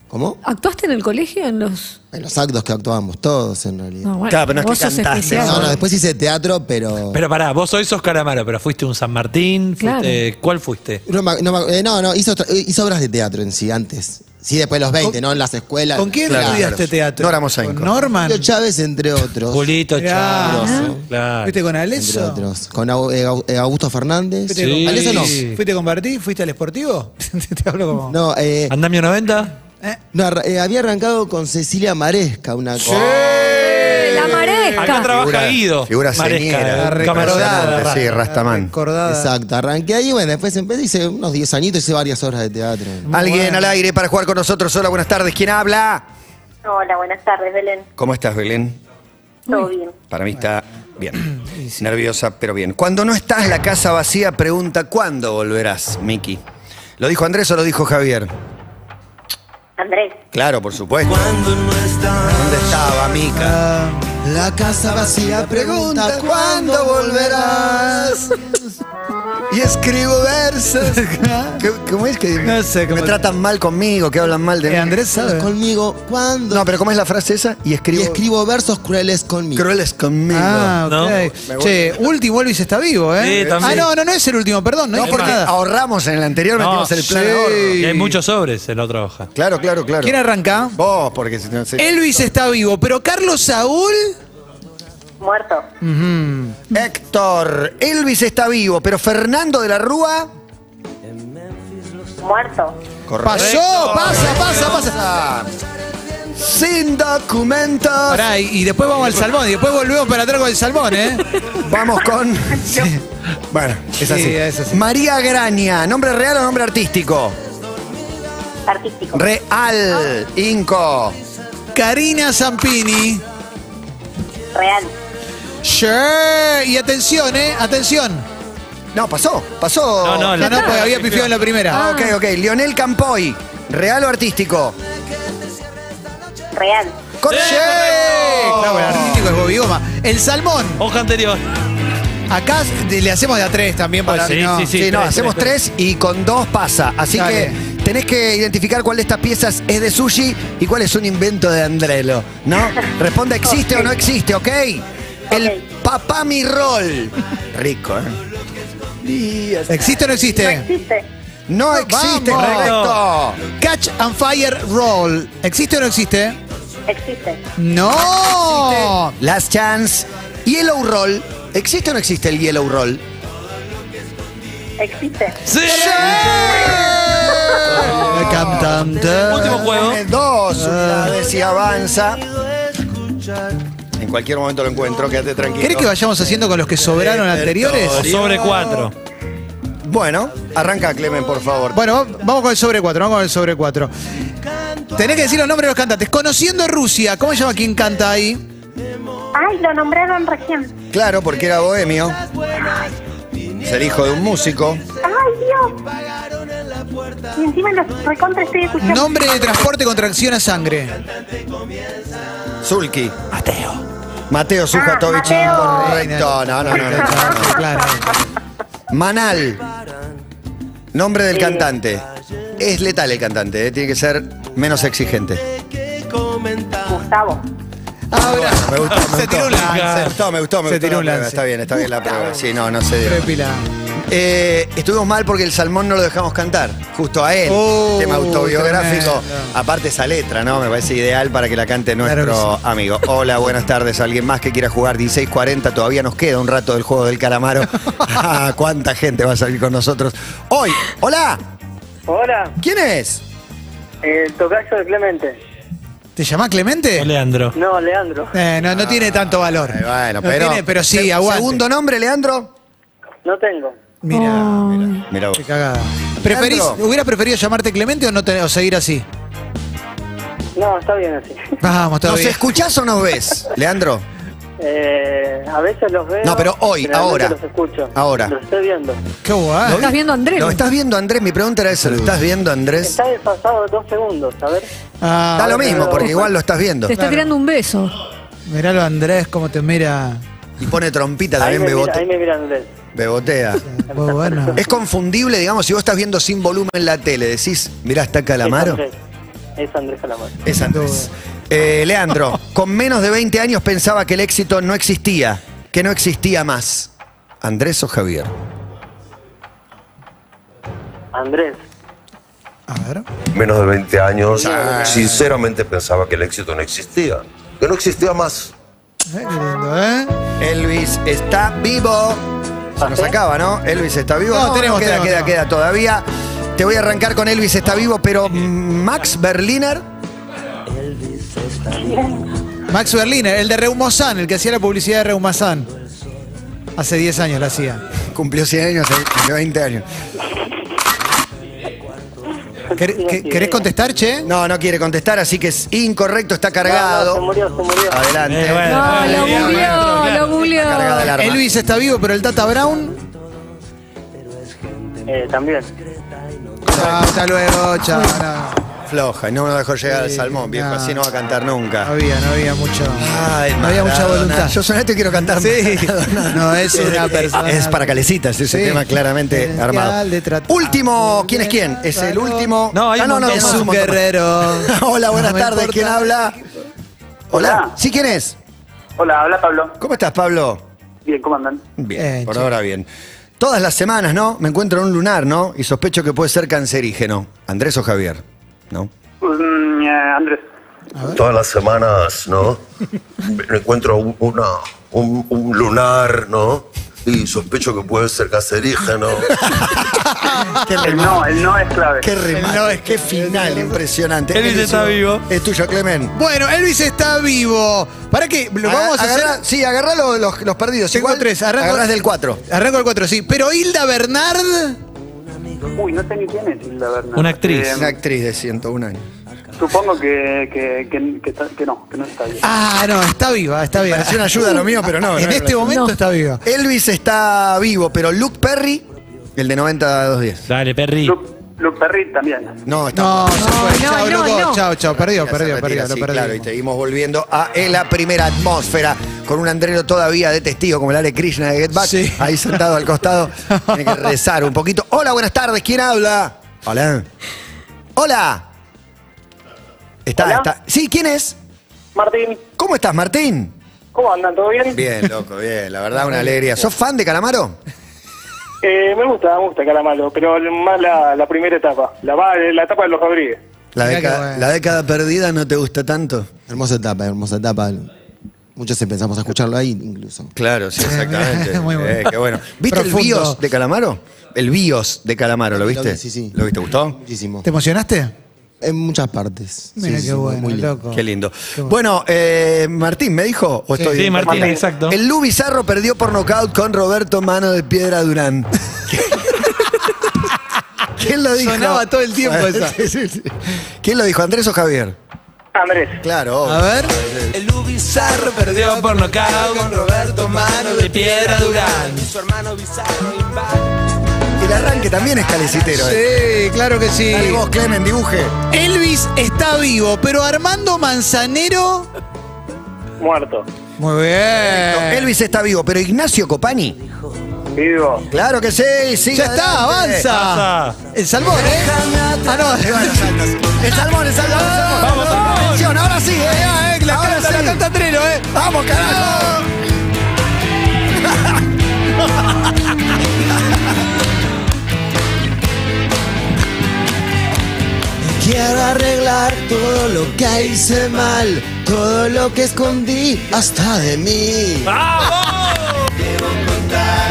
S5: ¿Cómo?
S6: ¿Actuaste en el colegio? En los.
S5: En los actos que actuábamos todos, en realidad.
S6: No, bueno,
S2: Claro, pero no es
S6: vos
S2: que ¿eh?
S6: sos
S2: cantaste,
S6: especial.
S5: No, no, después hice teatro, pero.
S4: Pero pará, vos hoy sos calamaro, pero fuiste un San Martín. fuiste-
S6: Claro.
S4: eh, ¿Cuál fuiste?
S5: No, me- no, me- eh, no, no, hizo, otra- eh, hizo obras de teatro en sí antes. Sí, después de los 20, ¿no? En las escuelas.
S3: ¿Con quién
S5: Claro.
S3: estudiaste teatro?
S2: Nora Mosenko.
S3: ¿Con Norman?
S5: Julio Chávez, entre otros.
S4: Julito,
S3: Mirá.
S4: Chávez.
S6: Ah.
S4: Claro.
S3: ¿Fuiste con
S5: Entre
S3: Alesso?
S5: otros. Con Au- eh, Au- eh, Augusto Fernández.
S3: ¿Fuiste,
S4: Sí.
S3: con
S5: Alesso no.
S3: Martí? ¿Fuiste con Martí? ¿Fuiste al Esportivo? Te hablo como...
S5: No, eh,
S4: ¿Andamio 90?
S5: no, arra- eh, había arrancado con Cecilia Maresca, una cosa.
S6: La maresca.
S4: Acá trabaja
S2: Figura-
S4: Guido.
S2: Figura señera,
S4: Maresca,
S2: la
S4: camarada.
S2: Sí, Rastamán.
S3: Recordada.
S5: Exacto, arranqué ahí, bueno, después empecé, hice unos 10 añitos, hice varias obras de teatro.
S2: Alguien al aire para jugar con nosotros. Hola, buenas tardes. ¿Quién habla?
S7: Hola, buenas tardes, Belén.
S2: ¿Cómo estás, Belén?
S7: Todo bien.
S2: Para mí está bien. Nerviosa, pero bien. Cuando no estás la casa vacía, pregunta ¿cuándo volverás, Miki? ¿Lo dijo Andrés o lo dijo Javier?
S7: Andrés.
S2: Claro, por supuesto. ¿Dónde estaba Mica?
S5: La casa vacía pregunta cuándo volverás.
S2: Y escribo versos. ¿Qué- ¿Cómo es que
S3: No sé,
S2: me
S3: como-
S2: tratan mal conmigo, que hablan mal de mí?
S3: Eh, Andrés sabe.
S5: Conmigo, ¿cuándo?
S2: No, pero ¿cómo es la frase esa? Y escribo,
S5: y escribo versos crueles conmigo.
S2: crueles conmigo.
S3: Ah,
S4: No.
S3: ok. Che, último Elvis está vivo, ¿eh?
S4: Sí, también.
S3: Ah, no, no, no es el último, perdón, no,
S2: no,
S3: dije
S2: porque
S3: nada.
S2: ahorramos en el anterior,
S4: No,
S2: metimos el plan
S3: sí.
S2: de ahorro.
S4: Y hay muchos sobres en la otra hoja.
S2: Claro, claro, claro.
S3: ¿Quién Eh, arranca?
S2: Vos, porque si no sé.
S3: Elvis está vivo, pero Carlos Saúl.
S7: Muerto.
S2: Héctor, Elvis está vivo, pero Fernando de la Rúa
S7: Muerto.
S2: pasó, pasa, pasa, pasa. Sin documentos.
S3: Pará, y, y después vamos al salmón, y después volvemos para atrás con el salmón, ¿eh?
S2: Vamos con. Sí. Bueno, es
S3: Sí,
S2: así.
S3: es así.
S2: María Graña, nombre real o nombre artístico?
S7: Artístico. Ah.
S2: Real, Inco.
S3: Karina Zampini.
S7: Real.
S3: Sure. Y atención, ¿eh? Atención.
S2: No, pasó, pasó.
S4: No, no,
S3: No, no,
S4: la-
S3: porque había pifiado en la
S2: Ah,
S3: primera.
S2: ok, ok. Lionel Campoy, real o artístico?
S7: Real.
S2: Correcto.
S3: Claro, el artístico es Bobby Goma. El salmón.
S4: Hoja anterior.
S3: Acá le hacemos de a tres también para
S4: Ah, Sí,
S3: que no.
S4: sí,
S2: Sí, no,
S4: tres,
S2: hacemos tres, y con dos pasa. Así
S3: Dale.
S2: que tenés que identificar cuál de estas piezas es de sushi y cuál es un invento de Andrelo, ¿no? Responda existe o no existe, ¿ok? El
S7: Ok.
S2: papami roll. Rico, ¿eh?
S3: ¿Existe o no
S7: No
S3: existe?
S7: existe.
S2: No existe,
S3: Vamos.
S2: correcto.
S3: Catch and Fire Roll. ¿Existe o no existe?
S7: Existe.
S3: ¡No!
S2: Last chance. Yellow roll. ¿Existe o no existe el yellow roll?
S7: Existe.
S4: ¡Sí!
S7: Oh.
S3: El cantante.
S4: Último juego.
S2: Tiene Dos
S3: Ah.
S2: unidades y avanza. En cualquier momento lo encuentro, quédate tranquilo.
S3: ¿Querés que vayamos haciendo con los que sobraron
S4: Eh,
S3: anteriores?
S4: O sobre cuatro.
S2: Bueno, arranca Clemen, por favor.
S3: Bueno, vamos con el sobre 4, vamos con el sobre 4. Tenés que decir los nombres de los cantantes. Conociendo Rusia, ¿cómo se llama quien canta ahí?
S7: Ay, lo nombraron recién.
S2: Claro, porque era bohemio. Es el hijo de un músico.
S7: Ay, Dios. Y encima los recontra estoy escuchando.
S3: Nombre de transporte con tracción a sangre.
S2: Zulki. Mateo.
S3: Ah,
S2: Mateo Sujatovich.
S7: Mateo.
S2: Correcto. No, no, no, no, no.
S3: Claro.
S2: Manal. Nombre del cantante. Es letal el cantante, eh, tiene que ser menos exigente.
S7: Gustavo.
S3: Ahora,
S2: Me gustó, me
S3: se
S2: gustó.
S3: tiró un
S2: Me
S3: lance.
S2: gustó, me gustó, me
S3: Se
S2: gustó
S3: tiró
S2: la
S3: un
S2: prueba,
S3: lance.
S2: Está bien, está bien la prueba. Sí, no, no se dio.
S3: Repila.
S2: Eh, estuvimos mal porque el salmón no lo dejamos cantar, justo a él.
S3: Oh,
S2: tema autobiográfico.
S3: tremendo.
S2: Aparte esa letra, ¿no? Me parece ideal para que la cante
S3: Claro
S2: nuestro
S3: que
S2: amigo. Hola, buenas tardes. ¿Alguien más que quiera jugar 16.40? Todavía nos queda un rato del juego del calamaro. Ah, ¿Cuánta gente va a salir con nosotros hoy? Hola,
S9: Hola,
S2: ¿quién es?
S9: el tocayo de Clemente.
S3: ¿Te llamás Clemente?
S4: Leandro.
S9: No, Leandro.
S3: Eh, no, no tiene tanto valor.
S2: Eh, Bueno,
S3: No
S2: pero,
S3: tiene, pero sí,
S2: Se-
S3: aguante.
S2: Segundo nombre, Leandro.
S9: No tengo.
S3: Mira,
S2: Mira vos.
S3: qué cagada. ¿Preferís,
S2: Leandro.
S3: ¿Hubieras preferido llamarte Clemente o no te- o seguir así?
S9: No, está bien así.
S3: Vamos,
S2: ¿Nos
S3: todavía.
S2: escuchás o nos ves, Leandro?
S9: Eh, a veces los veo.
S2: No, pero hoy,
S9: generalmente
S2: ahora.
S9: Los escucho.
S2: Ahora.
S9: Los estoy viendo.
S3: Qué ¿eh? guay.
S6: Estás viendo a Andrés.
S2: ¿Lo estás viendo, Andrés? Mi pregunta era esa. ¿Lo estás viendo, Andrés?
S9: Está desfasado dos segundos, a ver.
S3: Ah,
S2: Da lo mismo, porque igual lo estás viendo.
S6: Te está tirando un beso.
S3: Miralo a Andrés cómo te mira.
S2: Y pone trompita,
S9: Ahí
S2: también
S9: me, mira,
S2: bebote-
S9: ahí me mira Andrés.
S2: bebotea.
S3: Muy bueno.
S2: Es confundible, digamos, si vos estás viendo sin volumen la tele, decís, mirá, está Calamaro.
S9: Es Andrés, es Andrés Calamaro.
S2: Es Andrés. Eh, Leandro, con menos de 20 años pensaba que el éxito no existía, que no existía más. ¿Andrés o Javier?
S9: Andrés.
S3: A ver. Eh,
S11: Menos de 20 años, sinceramente pensaba que el éxito no existía. Que no existía más.
S3: Eh, qué lindo, ¿eh?
S2: Elvis está vivo. Se nos acaba, ¿no? Elvis está vivo.
S3: No, tenemos,
S2: queda,
S3: tenemos,
S2: queda,
S3: tenemos.
S2: queda todavía. Te voy a arrancar con Elvis está vivo, pero Max Berliner.
S3: Max Berliner, el de Reumosan, el que hacía la publicidad de Reumasan. Hace 10 años la hacía.
S2: Cumplió 100 años, eh, cumplió 20 años.
S3: ¿Quer- que- ¿Querés
S9: eh.
S3: contestar, che?
S2: No, no quiere contestar, así que es incorrecto, está
S9: No, no, se
S2: cargado.
S9: murió, se murió.
S2: Adelante.
S4: Eh, bueno.
S6: No, lo
S4: bien,
S6: googleó,
S2: eh,
S4: bien,
S6: lo
S2: Cargada la
S6: googleó.
S2: arma.
S3: Elvis está vivo, pero el Tata Brown.
S9: Eh, también.
S3: Chao, hasta luego, chao. no.
S2: floja, no nos dejó llegar al salmón, viejo,
S3: no.
S2: así no va a cantar
S3: No
S2: nunca.
S3: había, no había mucho.
S2: Ay,
S3: no había mucha
S2: Maradona.
S3: voluntad.
S2: Yo sonaste y quiero cantar.
S3: Sí.
S2: Maradona.
S3: No, es una
S2: de-
S3: persona.
S2: Es para calecitas ese
S3: Sí.
S2: tema claramente
S3: Credencial
S2: armado.
S3: de tratar.
S2: Último, ¿quién es quién? Es el último.
S4: No, hay
S2: Ah,
S4: un montón
S3: Es
S4: más.
S2: no, montón
S3: un
S2: más.
S3: guerrero.
S2: Hola, buenas
S3: No me
S2: tardes.
S3: importa.
S2: ¿Quién habla? Hola.
S9: Hola.
S2: ¿Sí quién es?
S9: Hola, habla Pablo.
S2: ¿Cómo estás, Pablo?
S9: Bien, ¿cómo andan?
S2: Bien,
S3: Bien,
S2: por
S3: che.
S2: ahora bien. Todas las semanas, ¿no? Me encuentro un lunar, ¿no? Y sospecho que puede ser cancerígeno. Andrés o Javier, ¿no?
S9: Mm, eh, Andrés.
S11: Todas las semanas, ¿no? Me encuentro un, una- un- un lunar, ¿no? Y sospecho que puede ser cancerígeno.
S2: Qué
S9: El
S2: remate,
S9: no, el no es clave.
S2: qué remate, qué final impresionante.
S4: Él dice, está vivo.
S2: Es tuyo, Clemen.
S3: Bueno, Elvis está vivo. ¿Para qué? Lo vamos a
S2: Agarrá-
S3: hacer.
S2: Sí, agarrá los, los- los perdidos.
S3: Tengo
S2: Igual
S3: tres.
S2: agarrás del 4.
S3: Arranco el 4, sí. Pero Hilda Bernard.
S9: Uy, no sé ni quién es Hilda Bernal.
S4: Una actriz.
S9: Eh,
S2: Una actriz de 101 años.
S9: supongo que, que, que, que está- que no, que no está bien.
S3: Ah, no, está viva, está viva.
S2: Pareció una ayuda lo mío, pero no.
S3: en
S2: no,
S3: este
S2: no.
S3: momento
S6: No.
S3: está viva.
S2: Elvis está vivo, pero Luke Perry, el de 90 a 210.
S4: Dale, perri.
S9: Luke, Luke Perry también.
S2: No, está
S3: No, se fue.
S6: no,
S3: chao,
S6: no,
S3: loco.
S6: no.
S3: Chao, chao. Perdió,
S2: Se
S3: perdió,
S2: retira,
S3: perdió. Lo
S2: sí,
S3: perdió.
S2: Claro, y seguimos volviendo a en la primera atmósfera con un andrero todavía de testigo como el Ale Krishna de Get Back,
S3: Sí.
S2: ahí sentado al costado, tiene que rezar un poquito. Hola, buenas tardes, ¿quién habla? Hola. Hola. Está,
S7: Hola.
S2: está. Sí, ¿quién es?
S7: Martín,
S2: ¿Cómo estás, Martín?
S7: ¿cómo andan? ¿Todo bien?
S2: Bien, loco, bien, la verdad una alegría. ¿Sos fan de Calamaro?
S7: Eh, me gusta, me gusta Calamalo, pero más la, la primera etapa, la, va- la etapa de los Rodríguez.
S2: La
S3: Mirá
S2: década,
S3: qué bueno.
S2: la década perdida no te gusta tanto.
S5: Hermosa etapa, hermosa etapa. Muchos empezamos a escucharlo ahí incluso.
S2: Claro, sí, exactamente.
S3: Muy bueno.
S2: Eh, qué bueno. ¿Viste el
S3: Profundo.
S2: BIOS de Calamaro? El BIOS de Calamaro, ¿lo viste?
S5: vi, sí, sí.
S2: ¿Lo viste? ¿Gustó?
S5: Muchísimo.
S3: ¿Te emocionaste?
S5: En muchas partes.
S3: Mira
S5: Sí,
S3: qué
S5: sí,
S3: bueno,
S5: muy lindo.
S3: loco.
S2: Qué lindo.
S3: Qué
S2: Bueno, eh, Martín, ¿me dijo? ¿O estoy
S4: sí,
S2: bien?
S4: Martín, exacto.
S2: El Lu Bizarro perdió por nocaut con Roberto Mano de Piedra Durán. ¿Quién lo dijo?
S3: Sonaba todo el tiempo esa.
S2: Sí, sí, sí. ¿Quién lo dijo, Andrés o Javier?
S7: Andrés,
S2: Claro.
S3: A ver.
S2: El Lu Bizarro
S4: perdió por nocaut con Roberto Mano de Piedra Durán.
S2: El arranque también es calecitero. eh.
S3: Sí, claro que sí. Eh.
S2: Dale vos, Clemen, dibuje.
S3: Elvis está vivo, pero Armando Manzanero.
S7: muerto.
S3: Muy bien.
S2: Elvis está vivo, pero Ignacio Copani.
S7: Vivo.
S2: Claro que sí, sí.
S3: Ya está, avanza.
S4: Avanza.
S3: El salmón, ¿eh? Ah, no.
S2: El salmón, el salmón, el salmón.
S4: Vamos, salmón.
S2: Atención, Ahora sí, eh.
S3: Ah, eh, La
S2: Ahora
S3: canta, la
S2: sí.
S3: canta Treno, ¿eh?
S2: ¡Vamos, carajo!
S5: Quiero arreglar todo lo que hice mal, todo lo que escondí hasta de mí.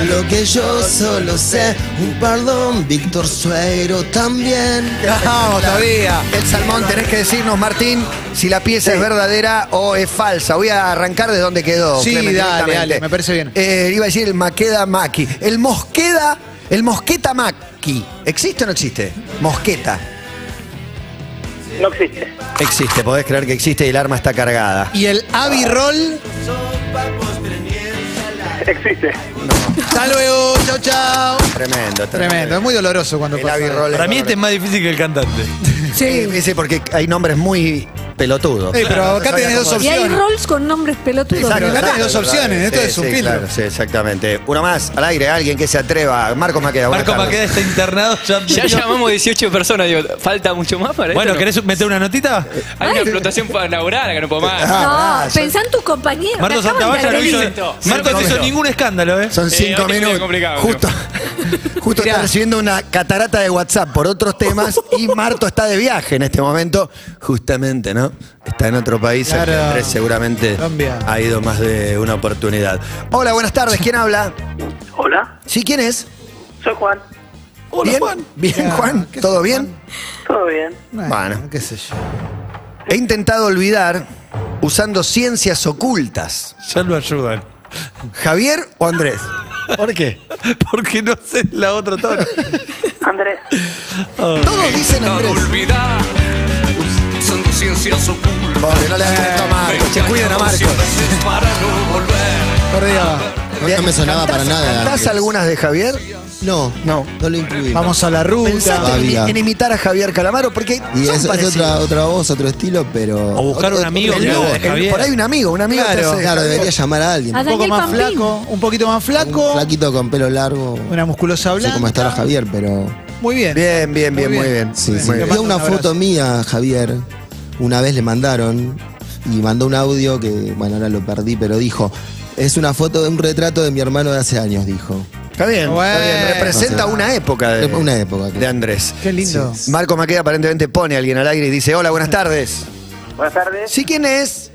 S5: Lo que yo solo sé, un perdón, Víctor Suero también.
S2: Vamos todavía. El salmón, tenés que decirnos, Martín, si la pieza es verdadera o es falsa. Voy a arrancar de donde quedó.
S3: Sí,
S2: Clemente,
S3: dale,
S2: directamente.
S3: dale, me parece bien.
S2: Eh, iba a decir el Maqueda Maki. El Mosqueda, el Mosqueta Maki. ¿Existe o no existe? Mosqueta.
S7: No existe.
S2: Existe, podés creer que existe y el arma está cargada.
S3: Y el Avi Roll.
S7: Existe.
S3: Hasta luego. Chao, chao.
S2: Tremendo,
S3: Tremendo. Es muy doloroso cuando
S2: El
S3: pasa.
S2: Avi Roll.
S4: Para mí este es más difícil que el cantante.
S2: Eh, Sí. sí, porque hay nombres muy pelotudos.
S3: Eh, pero acá tenés dos
S6: Y hay
S3: opciones.
S6: roles con nombres pelotudos.
S2: Exacto,
S3: Acá tenés
S2: exacto,
S3: dos
S2: claro,
S3: opciones, esto
S2: sí,
S3: es un
S2: sí,
S3: filtro.
S2: claro, sí, exactamente. Uno más, al aire, alguien que se atreva. Marcos Maqueda. buenas
S4: Marco
S2: tardes.
S4: Maqueda está internado. Ya,
S12: Ya llamamos 18 personas, digo, falta mucho más para
S4: Bueno,
S12: esto. ¿no? Ah,
S4: ¿querés meter una notita?
S12: Hay una explotación panaural que no puedo más.
S2: Ah,
S6: No,
S2: ah,
S6: pensá en tus compañeros.
S4: Marco
S6: Te acaban
S4: Santavalla
S6: de
S4: no hizo,
S6: agredir.
S4: Marco no hizo ningún escándalo, ¿eh?
S2: Son
S12: Eh, hoy es
S2: cinco
S12: un día
S2: minutos.
S12: complicado,
S2: Justo, justo está recibiendo una catarata de WhatsApp por otros temas y Marto está de viaje en este momento, justamente, ¿no? Está en otro país, el que
S3: Claro.
S2: Andrés seguramente
S3: Colombia.
S2: ha ido más de una oportunidad. Hola, buenas tardes, ¿quién habla?
S7: Hola,
S2: ¿Sí, quién es?
S7: soy Juan.
S2: ¿Bien? ¿Bien,
S3: Ya,
S2: Juan?
S3: ¿qué
S2: ¿Todo
S3: sos,
S2: bien?
S7: Todo bien.
S2: Bueno.
S3: qué sé yo.
S2: He intentado olvidar usando ciencias ocultas.
S4: Ya lo ayudan.
S2: ¿Javier o Andrés? ¿Por qué?
S4: Porque no sé la otra tabla.
S7: Andrés.
S2: Todos dicen Andrés.
S12: olvidar, usando ciencias ocultas.
S2: Pobre, no le hagan esto a Marcos. Se cuiden a Marcos.
S12: Para no volver.
S3: Por Dios.
S5: No, no me sonaba para nada.
S2: ¿Cantás algunas de Javier?
S5: No, no, no lo incluí.
S3: Vamos a la ruta.
S2: ¿Pensaste en-
S5: Todavía.
S2: en, imitar a Javier Calamaro? Porque
S5: Y
S2: son
S5: es, es
S2: parecidos.
S5: otra, otra voz, otro estilo, pero.
S4: O buscar un amigo
S5: otro
S4: que
S5: look.
S4: haga de Javier.
S2: Por ahí un amigo, un amigo. te
S5: Claro,
S2: hace-
S5: claro, debería llamar a alguien.
S6: A
S5: Un
S3: Un poco
S6: Daniel
S3: más
S6: Pampín.
S3: flaco, un poquito más flaco,
S5: flaquito con pelo largo.
S3: una musculosa
S5: No sé cómo
S3: blanca.
S5: estará Javier, pero.
S3: Muy bien.
S2: Bien, bien, bien,
S3: Muy
S2: muy
S3: bien.
S2: bien.
S5: Sí,
S3: Bien,
S5: sí.
S3: le
S5: Vi
S3: mando
S5: una
S3: un
S5: foto
S3: abrazo.
S5: mía, Javier. Una vez le mandaron y mandó un audio que, bueno, ahora lo perdí, pero dijo: Es una foto de un retrato de mi hermano de hace años, dijo.
S2: Está bien, está bien.
S3: Bueno.
S2: Representa una época de,
S5: Una época.
S2: de Andrés.
S3: Qué lindo.
S2: Marco Maqueda aparentemente pone a alguien al aire y dice, hola, buenas tardes.
S9: Buenas tardes,
S2: ¿Sí quién es?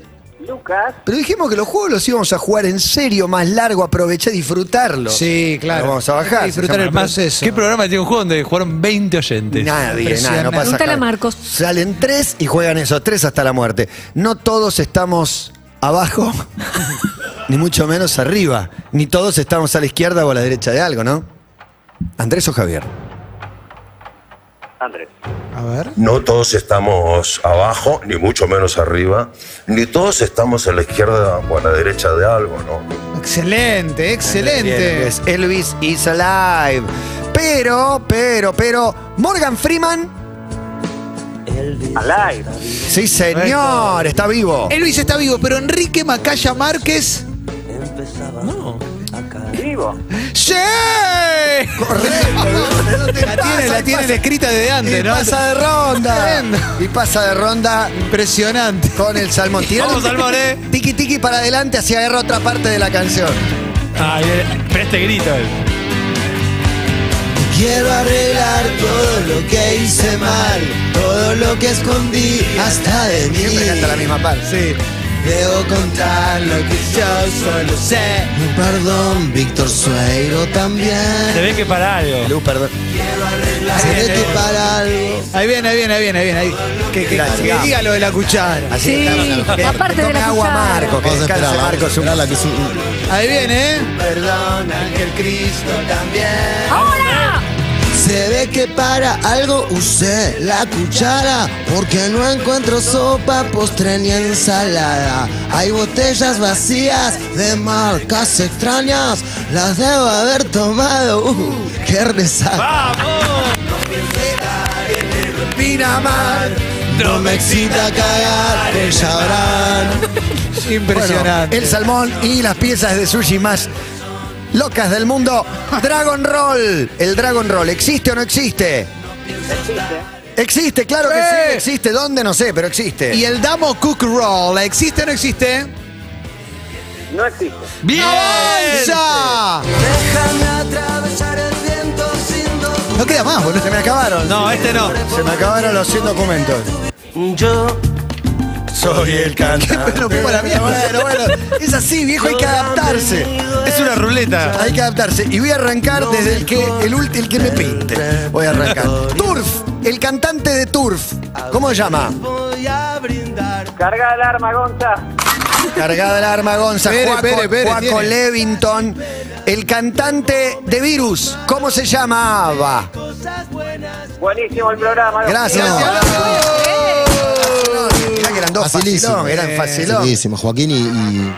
S9: Lucas.
S2: Pero dijimos que los juegos los íbamos a jugar en serio, más largo, aproveché disfrutarlo.
S3: Sí, claro.
S2: Lo vamos a bajar,
S3: Hay que disfrutar
S2: se
S3: el
S2: llama.
S3: proceso.
S4: ¿Qué programa tiene un juego donde jugaron 20 oyentes?
S2: Nadie, nada, no
S3: Impresionante.
S2: pasa
S6: Pregúntale
S2: nada.
S6: a Marcos.
S2: Salen tres y juegan esos tres hasta la muerte. No todos estamos abajo, ni mucho menos arriba. Ni todos estamos a la izquierda o a la derecha de algo, ¿no? Andrés o Javier.
S9: Andrés.
S3: A ver.
S11: No todos estamos abajo, ni mucho menos arriba, ni todos estamos a la izquierda o a la derecha de algo, ¿no?
S3: Excelente, excelente.
S2: Es Elvis is alive. Pero, pero, pero, Morgan Freeman.
S9: Alive.
S2: Sí, señor, está vivo.
S3: Elvis está vivo, pero Enrique Macaya Márquez.
S9: Vivo.
S3: ¡Sí! La tienen, la tienen escrita desde
S2: Y
S3: antes, ¿no?
S2: pasa de ronda.
S3: Tremendo.
S2: Y pasa de ronda
S3: Impresionante.
S2: con el salmón. Tirá
S4: Vamos,
S2: un tiki-
S4: Salmón, eh.
S2: Tiki tiki para adelante, así agarra otra parte de la canción.
S4: Ay, eh, pero este grito.
S10: Quiero arreglar todo lo que hice mal, todo lo que escondí hasta de mí.
S2: Siempre canta la misma parte.
S3: Sí.
S10: Debo contar lo que yo solo sé. Perdón, Víctor Sueiro
S4: Se
S10: también.
S4: ve que para algo.
S2: Lu, perdón.
S10: Se ve que para algo.
S3: Ahí viene, ahí viene, ahí viene, ahí viene. Ahí. Que, que-
S2: Gracias.
S3: que diga lo de la cuchara.
S2: Así
S6: Sí,
S2: que estaba- que-
S6: aparte
S2: que
S6: de la
S2: tome agua
S6: cuchara.
S2: Marco, que
S5: Vamos a
S2: descanse
S5: esperar, vamos a
S2: Marco. es un-
S5: esperar a la que su-
S3: Ahí viene, ¿eh?
S10: Perdón, Ángel Cristo también.
S6: ¡Ahora!
S10: Se ve que para algo usé la cuchara Porque no encuentro sopa, postre ni ensalada Hay botellas vacías de marcas extrañas Las debo haber tomado, uh, qué resaca
S2: Pinamar.
S10: No me excita cagar, te sabrán
S2: Bueno,
S3: Impresionante.
S2: el salmón y las piezas de sushi más locas del mundo. Dragon Roll. El Dragon Roll, ¿existe o no existe? Existe. Existe, claro que
S3: Sí.
S2: sí, existe. ¿Dónde? No sé, pero existe.
S3: y el Damo Cook Roll, ¿existe o no existe?
S9: No existe.
S4: ¡Bien!
S3: ¡Ya!
S5: Déjame atravesar el viento sin dolor.
S3: No queda más, boludo.
S2: Se me acabaron.
S4: No, este no.
S2: Se me acabaron los 100 documentos.
S5: Yo
S2: Soy el cantante.
S3: Bueno, para la mierda.
S2: bueno, bueno. Es así, viejo, hay que adaptarse.
S4: Es una ruleta.
S2: Hay que adaptarse. Y voy a arrancar desde el que, el, ulti- el que me pinte. Voy a arrancar. Turf, el cantante de Turf. ¿Cómo se llama?
S5: voy a brindar
S9: Carga el arma, Gonza.
S2: Cargada el arma, Gonza.
S3: Pere,
S2: Juaco,
S3: pere, pere,
S2: Juaco
S3: tiene.
S2: Levington. El cantante de Virus. ¿Cómo se llamaba?
S9: Buenísimo el programa. Gonza.
S2: Gracias.
S5: No.
S2: Mirá que eran dos
S5: Facilísimo. Eh,
S2: facilón,
S10: Eh,
S2: eran facilón.
S5: Facilísimo, Joaquín y, y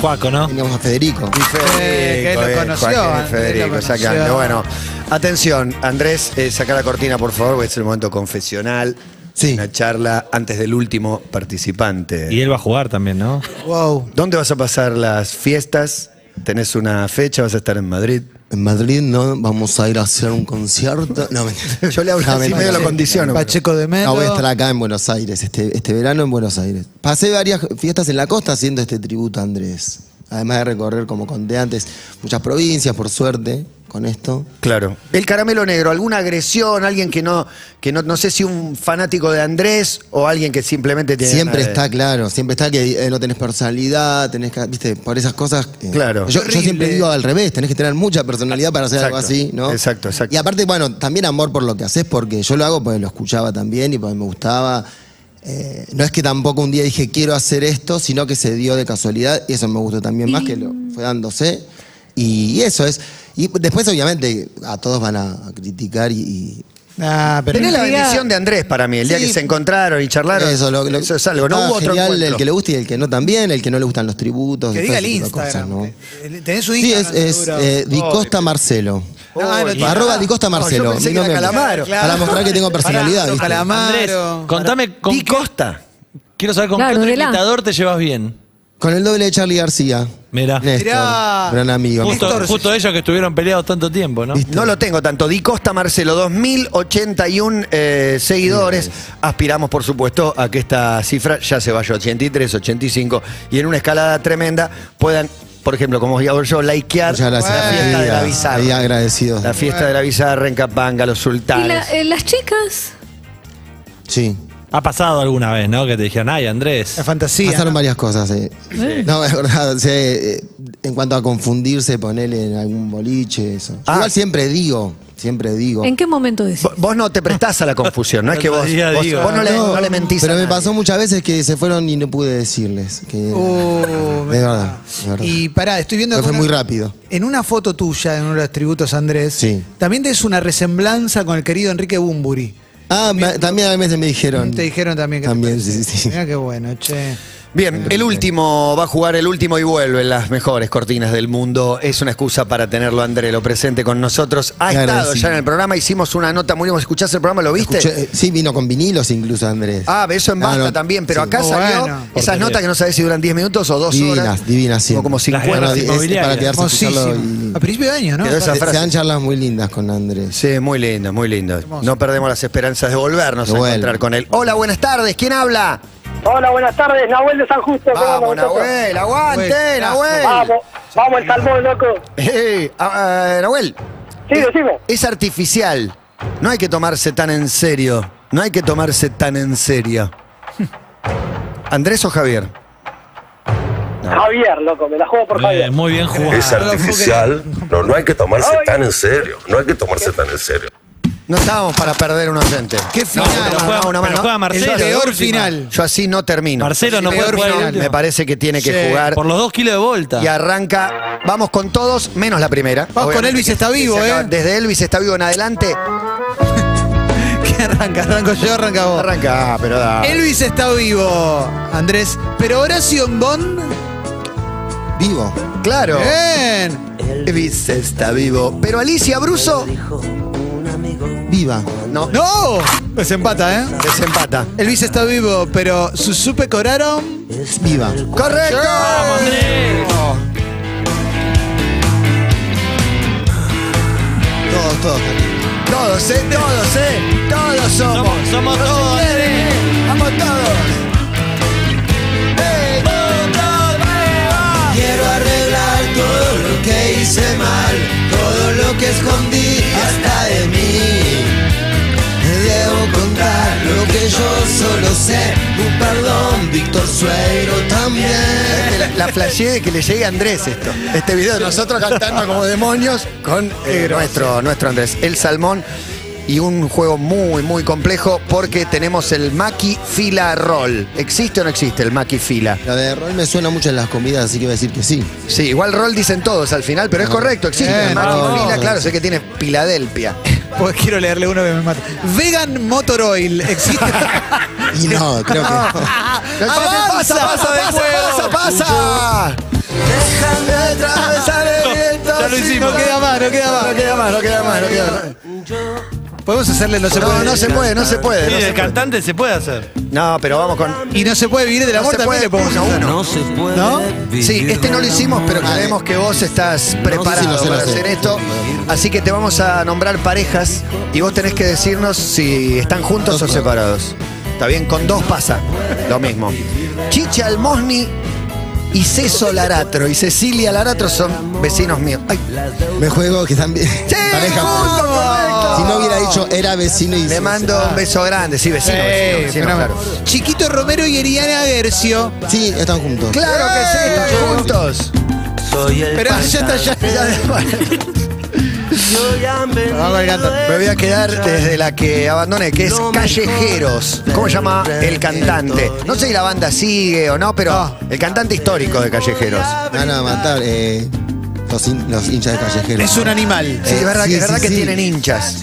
S4: Juaco, ¿no?
S5: teníamos a Federico.
S2: Y Federico,
S3: Eh, que lo
S2: eh,
S3: conoció,
S2: Joaquín y
S3: Andrés lo
S2: Federico,
S3: conoció.
S2: sacando. Bueno, atención, Andrés, eh, saca la cortina, por favor, porque es el momento confesional.
S5: Sí.
S2: Una charla antes del último participante.
S4: Y él va a jugar también, ¿no?
S3: Wow.
S2: ¿Dónde vas a pasar las fiestas? ¿Tenés una fecha? ¿Vas a estar en Madrid?
S5: En Madrid no vamos a ir a hacer un concierto. No, mentira.
S2: Yo le hablo
S5: No,
S2: así,
S5: mentira.
S2: medio lo condiciono.
S3: Pacheco de Mendo.
S5: No, voy a estar acá en Buenos Aires, este, este verano en Buenos Aires. Pasé varias fiestas en la costa haciendo este tributo a Andrés. Además de recorrer, como conté antes, muchas provincias, por suerte, con esto.
S2: Claro. El caramelo negro, alguna agresión, alguien que no, que no, no sé si un fanático de Andrés o alguien que simplemente tiene.
S5: Siempre
S2: ganas de-
S5: está claro, siempre está que eh, no tenés personalidad, tenés que, viste, por esas cosas. eh,
S2: Claro.
S5: Yo, yo
S3: Horrible.
S5: siempre digo al revés, tenés que tener mucha personalidad para hacer algo
S2: Exacto,
S5: así, ¿no?
S2: exacto, exacto.
S5: Y aparte, bueno, también amor por lo que haces, porque yo lo hago porque lo escuchaba también y porque me gustaba. Eh, no es que tampoco un día dije quiero hacer esto, sino que se dio de casualidad y eso me gustó también más que lo fue dándose. Y, eso es. Y después, obviamente, a todos van a, a criticar y, y
S3: Ah, pero-
S2: Tenés la bendición de Andrés para mí, el día
S5: Sí.
S2: que se encontraron y charlaron.
S5: Eso, lo- lo-
S2: eso es algo, no
S5: está
S2: hubo otro
S5: genial
S2: encuentro.
S5: el que le gusta y el que no también, el que no le gustan los tributos.
S3: Que
S5: y
S3: diga
S5: todo
S3: el
S5: ese tipo de
S3: Instagram.
S5: cosas, ¿no?
S3: Tenés un
S5: Sí, es,
S3: Instagram.
S5: es
S3: seguro.
S5: eh, Di Costa Marcelo.
S3: Ah, no tiene
S5: Arroba
S3: nada.
S5: Di Costa
S2: No, yo
S5: Marcelo.
S2: pensé
S5: mi
S2: que era
S5: nombre.
S2: Calamaro.
S5: Para mostrar que tengo
S3: Pará,
S5: personalidad.
S3: no,
S5: ¿viste?
S3: Calamaro.
S4: Andrés, contame con
S2: Di
S4: qué,
S2: Costa.
S4: quiero saber con
S6: Claro,
S4: qué otro
S6: relá.
S4: imitador te llevas bien.
S5: Con el doble de Charlie García.
S4: Mirá.
S5: Néstor,
S3: Mirá.
S5: gran amigo.
S4: Justo, justo ellos que estuvieron peleados tanto tiempo, ¿no?
S2: No lo tengo tanto. Di Costa Marcelo, 2081 eh, seguidores. Aspiramos, por supuesto, a que esta cifra ya se vaya a 83, 85 y en una escalada tremenda puedan, por ejemplo, como hago yo, likear
S5: Muchas
S2: la
S5: gracias.
S2: fiesta de la
S5: querida. Ahí
S2: bizarra.
S5: agradecidos.
S2: La fiesta de la bizarra en Capanga, los
S6: ¿Y
S2: sultanes.
S6: la- eh, las chicas?
S5: Sí.
S4: Ha pasado alguna vez, ¿no? Que te dijeron, ay, Andrés.
S3: La fantasía.
S5: Pasaron varias cosas. eh. No, es verdad. o sea, eh, en cuanto a confundirse, ponerle en algún boliche, eso. Yo
S2: Ah.
S5: Igual siempre digo, siempre digo.
S6: ¿En qué momento decís?
S2: Vo- Vos no te prestás a la confusión, no es que vos,
S4: Día a
S2: vos-
S4: día.
S2: vos no, le, no le mentís. a
S5: Pero me
S2: nadie.
S5: pasó muchas veces que se fueron y no pude decirles. Que
S3: Oh,
S5: de
S3: mirá.
S5: verdad, de verdad.
S3: Y pará, estoy viendo
S5: Pero fue
S3: alguna-
S5: muy rápido.
S3: En una foto tuya, en uno de los tributos a Andrés,
S5: Sí.
S3: también tenés una resemblanza con el querido Enrique Bumburi.
S5: Ah, me- también a veces me dijeron.
S3: Te dijeron también que te
S5: También,
S3: parecía.
S5: sí, sí, sí.
S3: Mirá qué bueno, che.
S2: Bien, el último va a jugar el último y vuelve en las mejores cortinas del mundo. Es una excusa para tenerlo, André, lo presente con nosotros. Ha
S5: Claro,
S2: estado
S5: sí.
S2: ya en el programa, hicimos una nota, muy bien. ¿Escuchaste el programa? ¿Lo viste?
S5: Escuché- eh, sí, vino con vinilos incluso, Andrés.
S2: Ah, eso en
S5: Ah,
S2: basta
S5: no,
S2: también, pero
S5: sí.
S2: acá
S3: Oh,
S2: salió
S3: bueno.
S2: esas notas que no sabes si duran 10 minutos o 2
S5: Divinas,
S2: horas.
S5: divinas
S2: O
S5: siempre.
S2: como
S5: Las
S2: 50.
S4: guerras
S5: es- es
S4: inmobiliarias.
S5: para quedarse a escucharlo
S3: Hermosísimo. A principio de año, ¿no?
S2: Quedó esa
S5: y- se
S2: frase.
S5: dan charlas muy lindas con Andrés.
S2: Sí, muy lindo, muy lindo. No perdemos las esperanzas de volvernos
S5: Bueno.
S2: a encontrar con él. Hola, buenas tardes. ¿Quién habla?
S7: Hola, buenas tardes, Nahuel de San Justo. ¿cómo andan,
S2: Vamos,
S7: muchachos?
S2: Nahuel, aguante,
S3: Nahuel.
S2: Nahuel.
S7: Vamos, vamos el salmón, loco.
S2: Ey, ah, ah, Nahuel.
S7: Sí, decime.
S2: Es artificial. No hay que tomarse tan en serio. No hay que tomarse tan en serio. ¿Andrés o Javier?
S7: Javier, loco, me la juego por
S4: Eh,
S7: Javier.
S4: muy bien jugado.
S11: Es artificial. No, no hay que tomarse tan en serio. No hay que tomarse tan en serio.
S2: No estábamos para perder un oyente.
S3: Qué final.
S2: pero juega-
S3: No, no,
S2: pero
S3: no.
S4: juega Marcelo,
S3: El peor
S4: de última.
S3: final.
S2: Yo así no termino.
S4: Marcelo no
S2: Sí,
S4: puede
S2: peor
S4: jugar el
S2: final.
S4: último.
S2: Me parece que tiene que
S3: Sí,
S2: jugar.
S4: Por los dos kilos de vuelta.
S2: Y arranca. Vamos con todos, menos la primera.
S3: Vamos con
S2: Obviamente
S3: Elvis
S2: que-
S3: está
S2: que se
S3: vivo,
S2: acaba-
S3: ¿eh?
S2: Desde Elvis está vivo en adelante.
S3: ¿Qué arranca? Arranco yo, arranca vos.
S2: Arranca, ah, pero da.
S3: Elvis está vivo, Andrés. Pero Horacio Bond.
S5: Vivo.
S2: Claro.
S3: Eh. Bien.
S2: Elvis está vivo. Pero Alicia Bruso
S5: Viva.
S2: no,
S3: ¡No! Desempata, ¿eh?
S2: desempata.
S3: Elvis está vivo, pero sus supe cobraron.
S5: Viva.
S2: ¡Correcto!
S5: Todos, todos.
S2: Todos, eh, todos, eh. Todos somos.
S4: Somos- somos
S2: Todos
S4: todos,
S2: quieren, eh. Vamos todos. Eh, todos, todos, vamos.
S10: Quiero arreglar todo lo que hice mal, todo lo que escondí hasta de mí. Debo contar lo que yo solo sé, un perdón, Víctor Suero también.
S2: La, la flashé de que le llegue a Andrés esto. Este video, nosotros cantando como demonios con eh, nuestro, nuestro Andrés. El salmón y un juego muy, muy complejo porque tenemos el Maki Fila Roll. ¿Existe o no existe el Maki Fila?
S5: La de rol me suena mucho en las comidas, así que voy a decir que sí.
S2: Sí, igual Roll dicen todos al final, pero es correcto, existe el
S3: Bien,
S2: Maki
S5: vamos.
S2: Fila, claro, sé que tiene Filadelfia.
S3: Pues quiero leerle uno que me mata. Vegan Motor Oil. Existe.
S5: Y no, creo que no.
S2: ¡Pasa, pasa, pasa, pasa, pasa! Dejan de atravesar el viento.
S4: Ya lo
S2: si
S4: hicimos.
S2: no queda más, no queda más. No queda más, no queda más, no queda más.
S3: Podemos hacerle no se
S2: No,
S3: puede.
S2: no se puede, no se puede.
S4: Sí,
S2: no se
S4: el
S2: puede.
S4: cantante se puede hacer.
S2: No, pero vamos con.
S3: Y no se puede vivir del
S2: No
S3: amor
S2: se
S3: también
S2: puede,
S3: le podemos
S2: uno,
S3: hacer.
S2: uno.
S3: ¿No?
S2: Sí, este no lo hicimos, pero creemos que vos estás preparado
S5: lo sé, lo
S2: para
S5: sé.
S2: hacer esto. Así que te vamos a nombrar parejas y vos tenés que decirnos si están juntos o separados. Está bien, con dos pasa lo mismo. Chicha Almosni y Ceso Laratro. Y Cecilia Laratro son vecinos míos. Ay,
S5: Me juego que también.
S2: ¡Sí, justo, correcto!
S5: Si no hubiera dicho era vecino y.
S2: le mando un beso grande. Sí, vecino, vecino,
S3: Eh,
S2: vecino,
S3: fenómeno.
S2: claro.
S3: Chiquito Romero y Eriana Gercio.
S5: Sí, están juntos.
S2: Claro que sí, están juntos.
S3: Pero ya está, ya.
S2: Me voy a quedar desde la que abandoné, que es Callejeros. ¿Cómo se llama el cantante? No sé si la banda sigue o no, pero el cantante histórico de Callejeros.
S5: Van a matar. Eh, los, hin- los hinchas de callejeros.
S3: Es un animal.
S2: Sí, es verdad,
S5: sí,
S2: es verdad
S5: sí,
S2: que
S5: sí.
S2: tienen hinchas.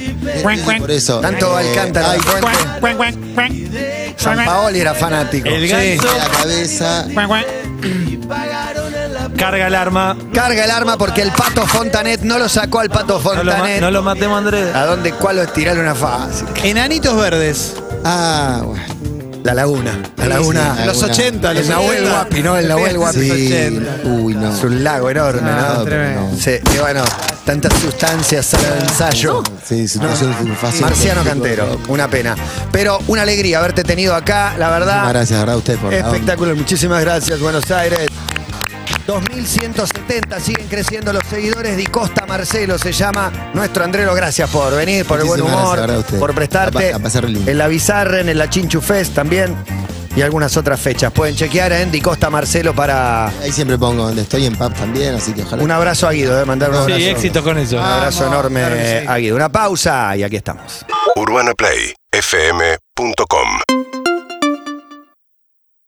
S5: Por eso.
S2: Tanto
S5: eh,
S2: Alcántara,
S5: ay,
S2: Fuente, San Paoli era fanático.
S4: El
S2: Sí.
S4: ganso
S5: la cabeza.
S4: carga el arma.
S2: Carga el arma porque el Pato Fontanet no lo sacó al Pato
S4: No lo, ma-
S2: Fontanet.
S4: no lo matemos, Andrés.
S2: ¿A dónde cuál lo tirarle una fácil?
S3: Enanitos verdes.
S5: Ah, bueno.
S2: La laguna. La laguna.
S5: sí,
S3: Los
S5: Alguna.
S3: 80, los
S2: El Nahuel
S3: 80.
S2: Huapi, ¿no? El Nahuel Huapi.
S3: Sí.
S5: Sí.
S3: 80.
S5: Uy, no.
S2: Es un lago enorme,
S3: Ah,
S2: ¿no?
S3: tremendo.
S2: Sí, y bueno, tantas sustancias, sala de ensayo.
S5: Sí, situación fácil.
S2: Marciano Cantero, una pena. Pero una alegría haberte tenido acá, la
S5: Muchísimas
S2: verdad.
S5: gracias, ¿verdad? Usted por la onda.
S2: Espectacular, muchísimas gracias, Buenos Aires. 2170, siguen creciendo los seguidores. Di Costa Marcelo se llama nuestro Andrelo. Gracias por venir, por el
S5: Muchísimas
S2: buen humor,
S5: gracias, ahora a usted.
S2: por prestarte.
S5: La pa- la pasé re lindo.
S2: en la Bizarren, en la Chinchu Fest también y algunas otras fechas. Pueden chequear en Di Costa Marcelo para
S5: Ahí siempre pongo donde estoy en pub también, así que ojalá.
S2: un abrazo a Guido, eh, mandar un
S4: Sí,
S2: abrazo.
S4: éxito con eso.
S2: Un abrazo
S3: Vamos,
S2: enorme
S3: claro que sí.
S2: a Guido. Una pausa y aquí estamos.
S13: UrbanaPlayFM.com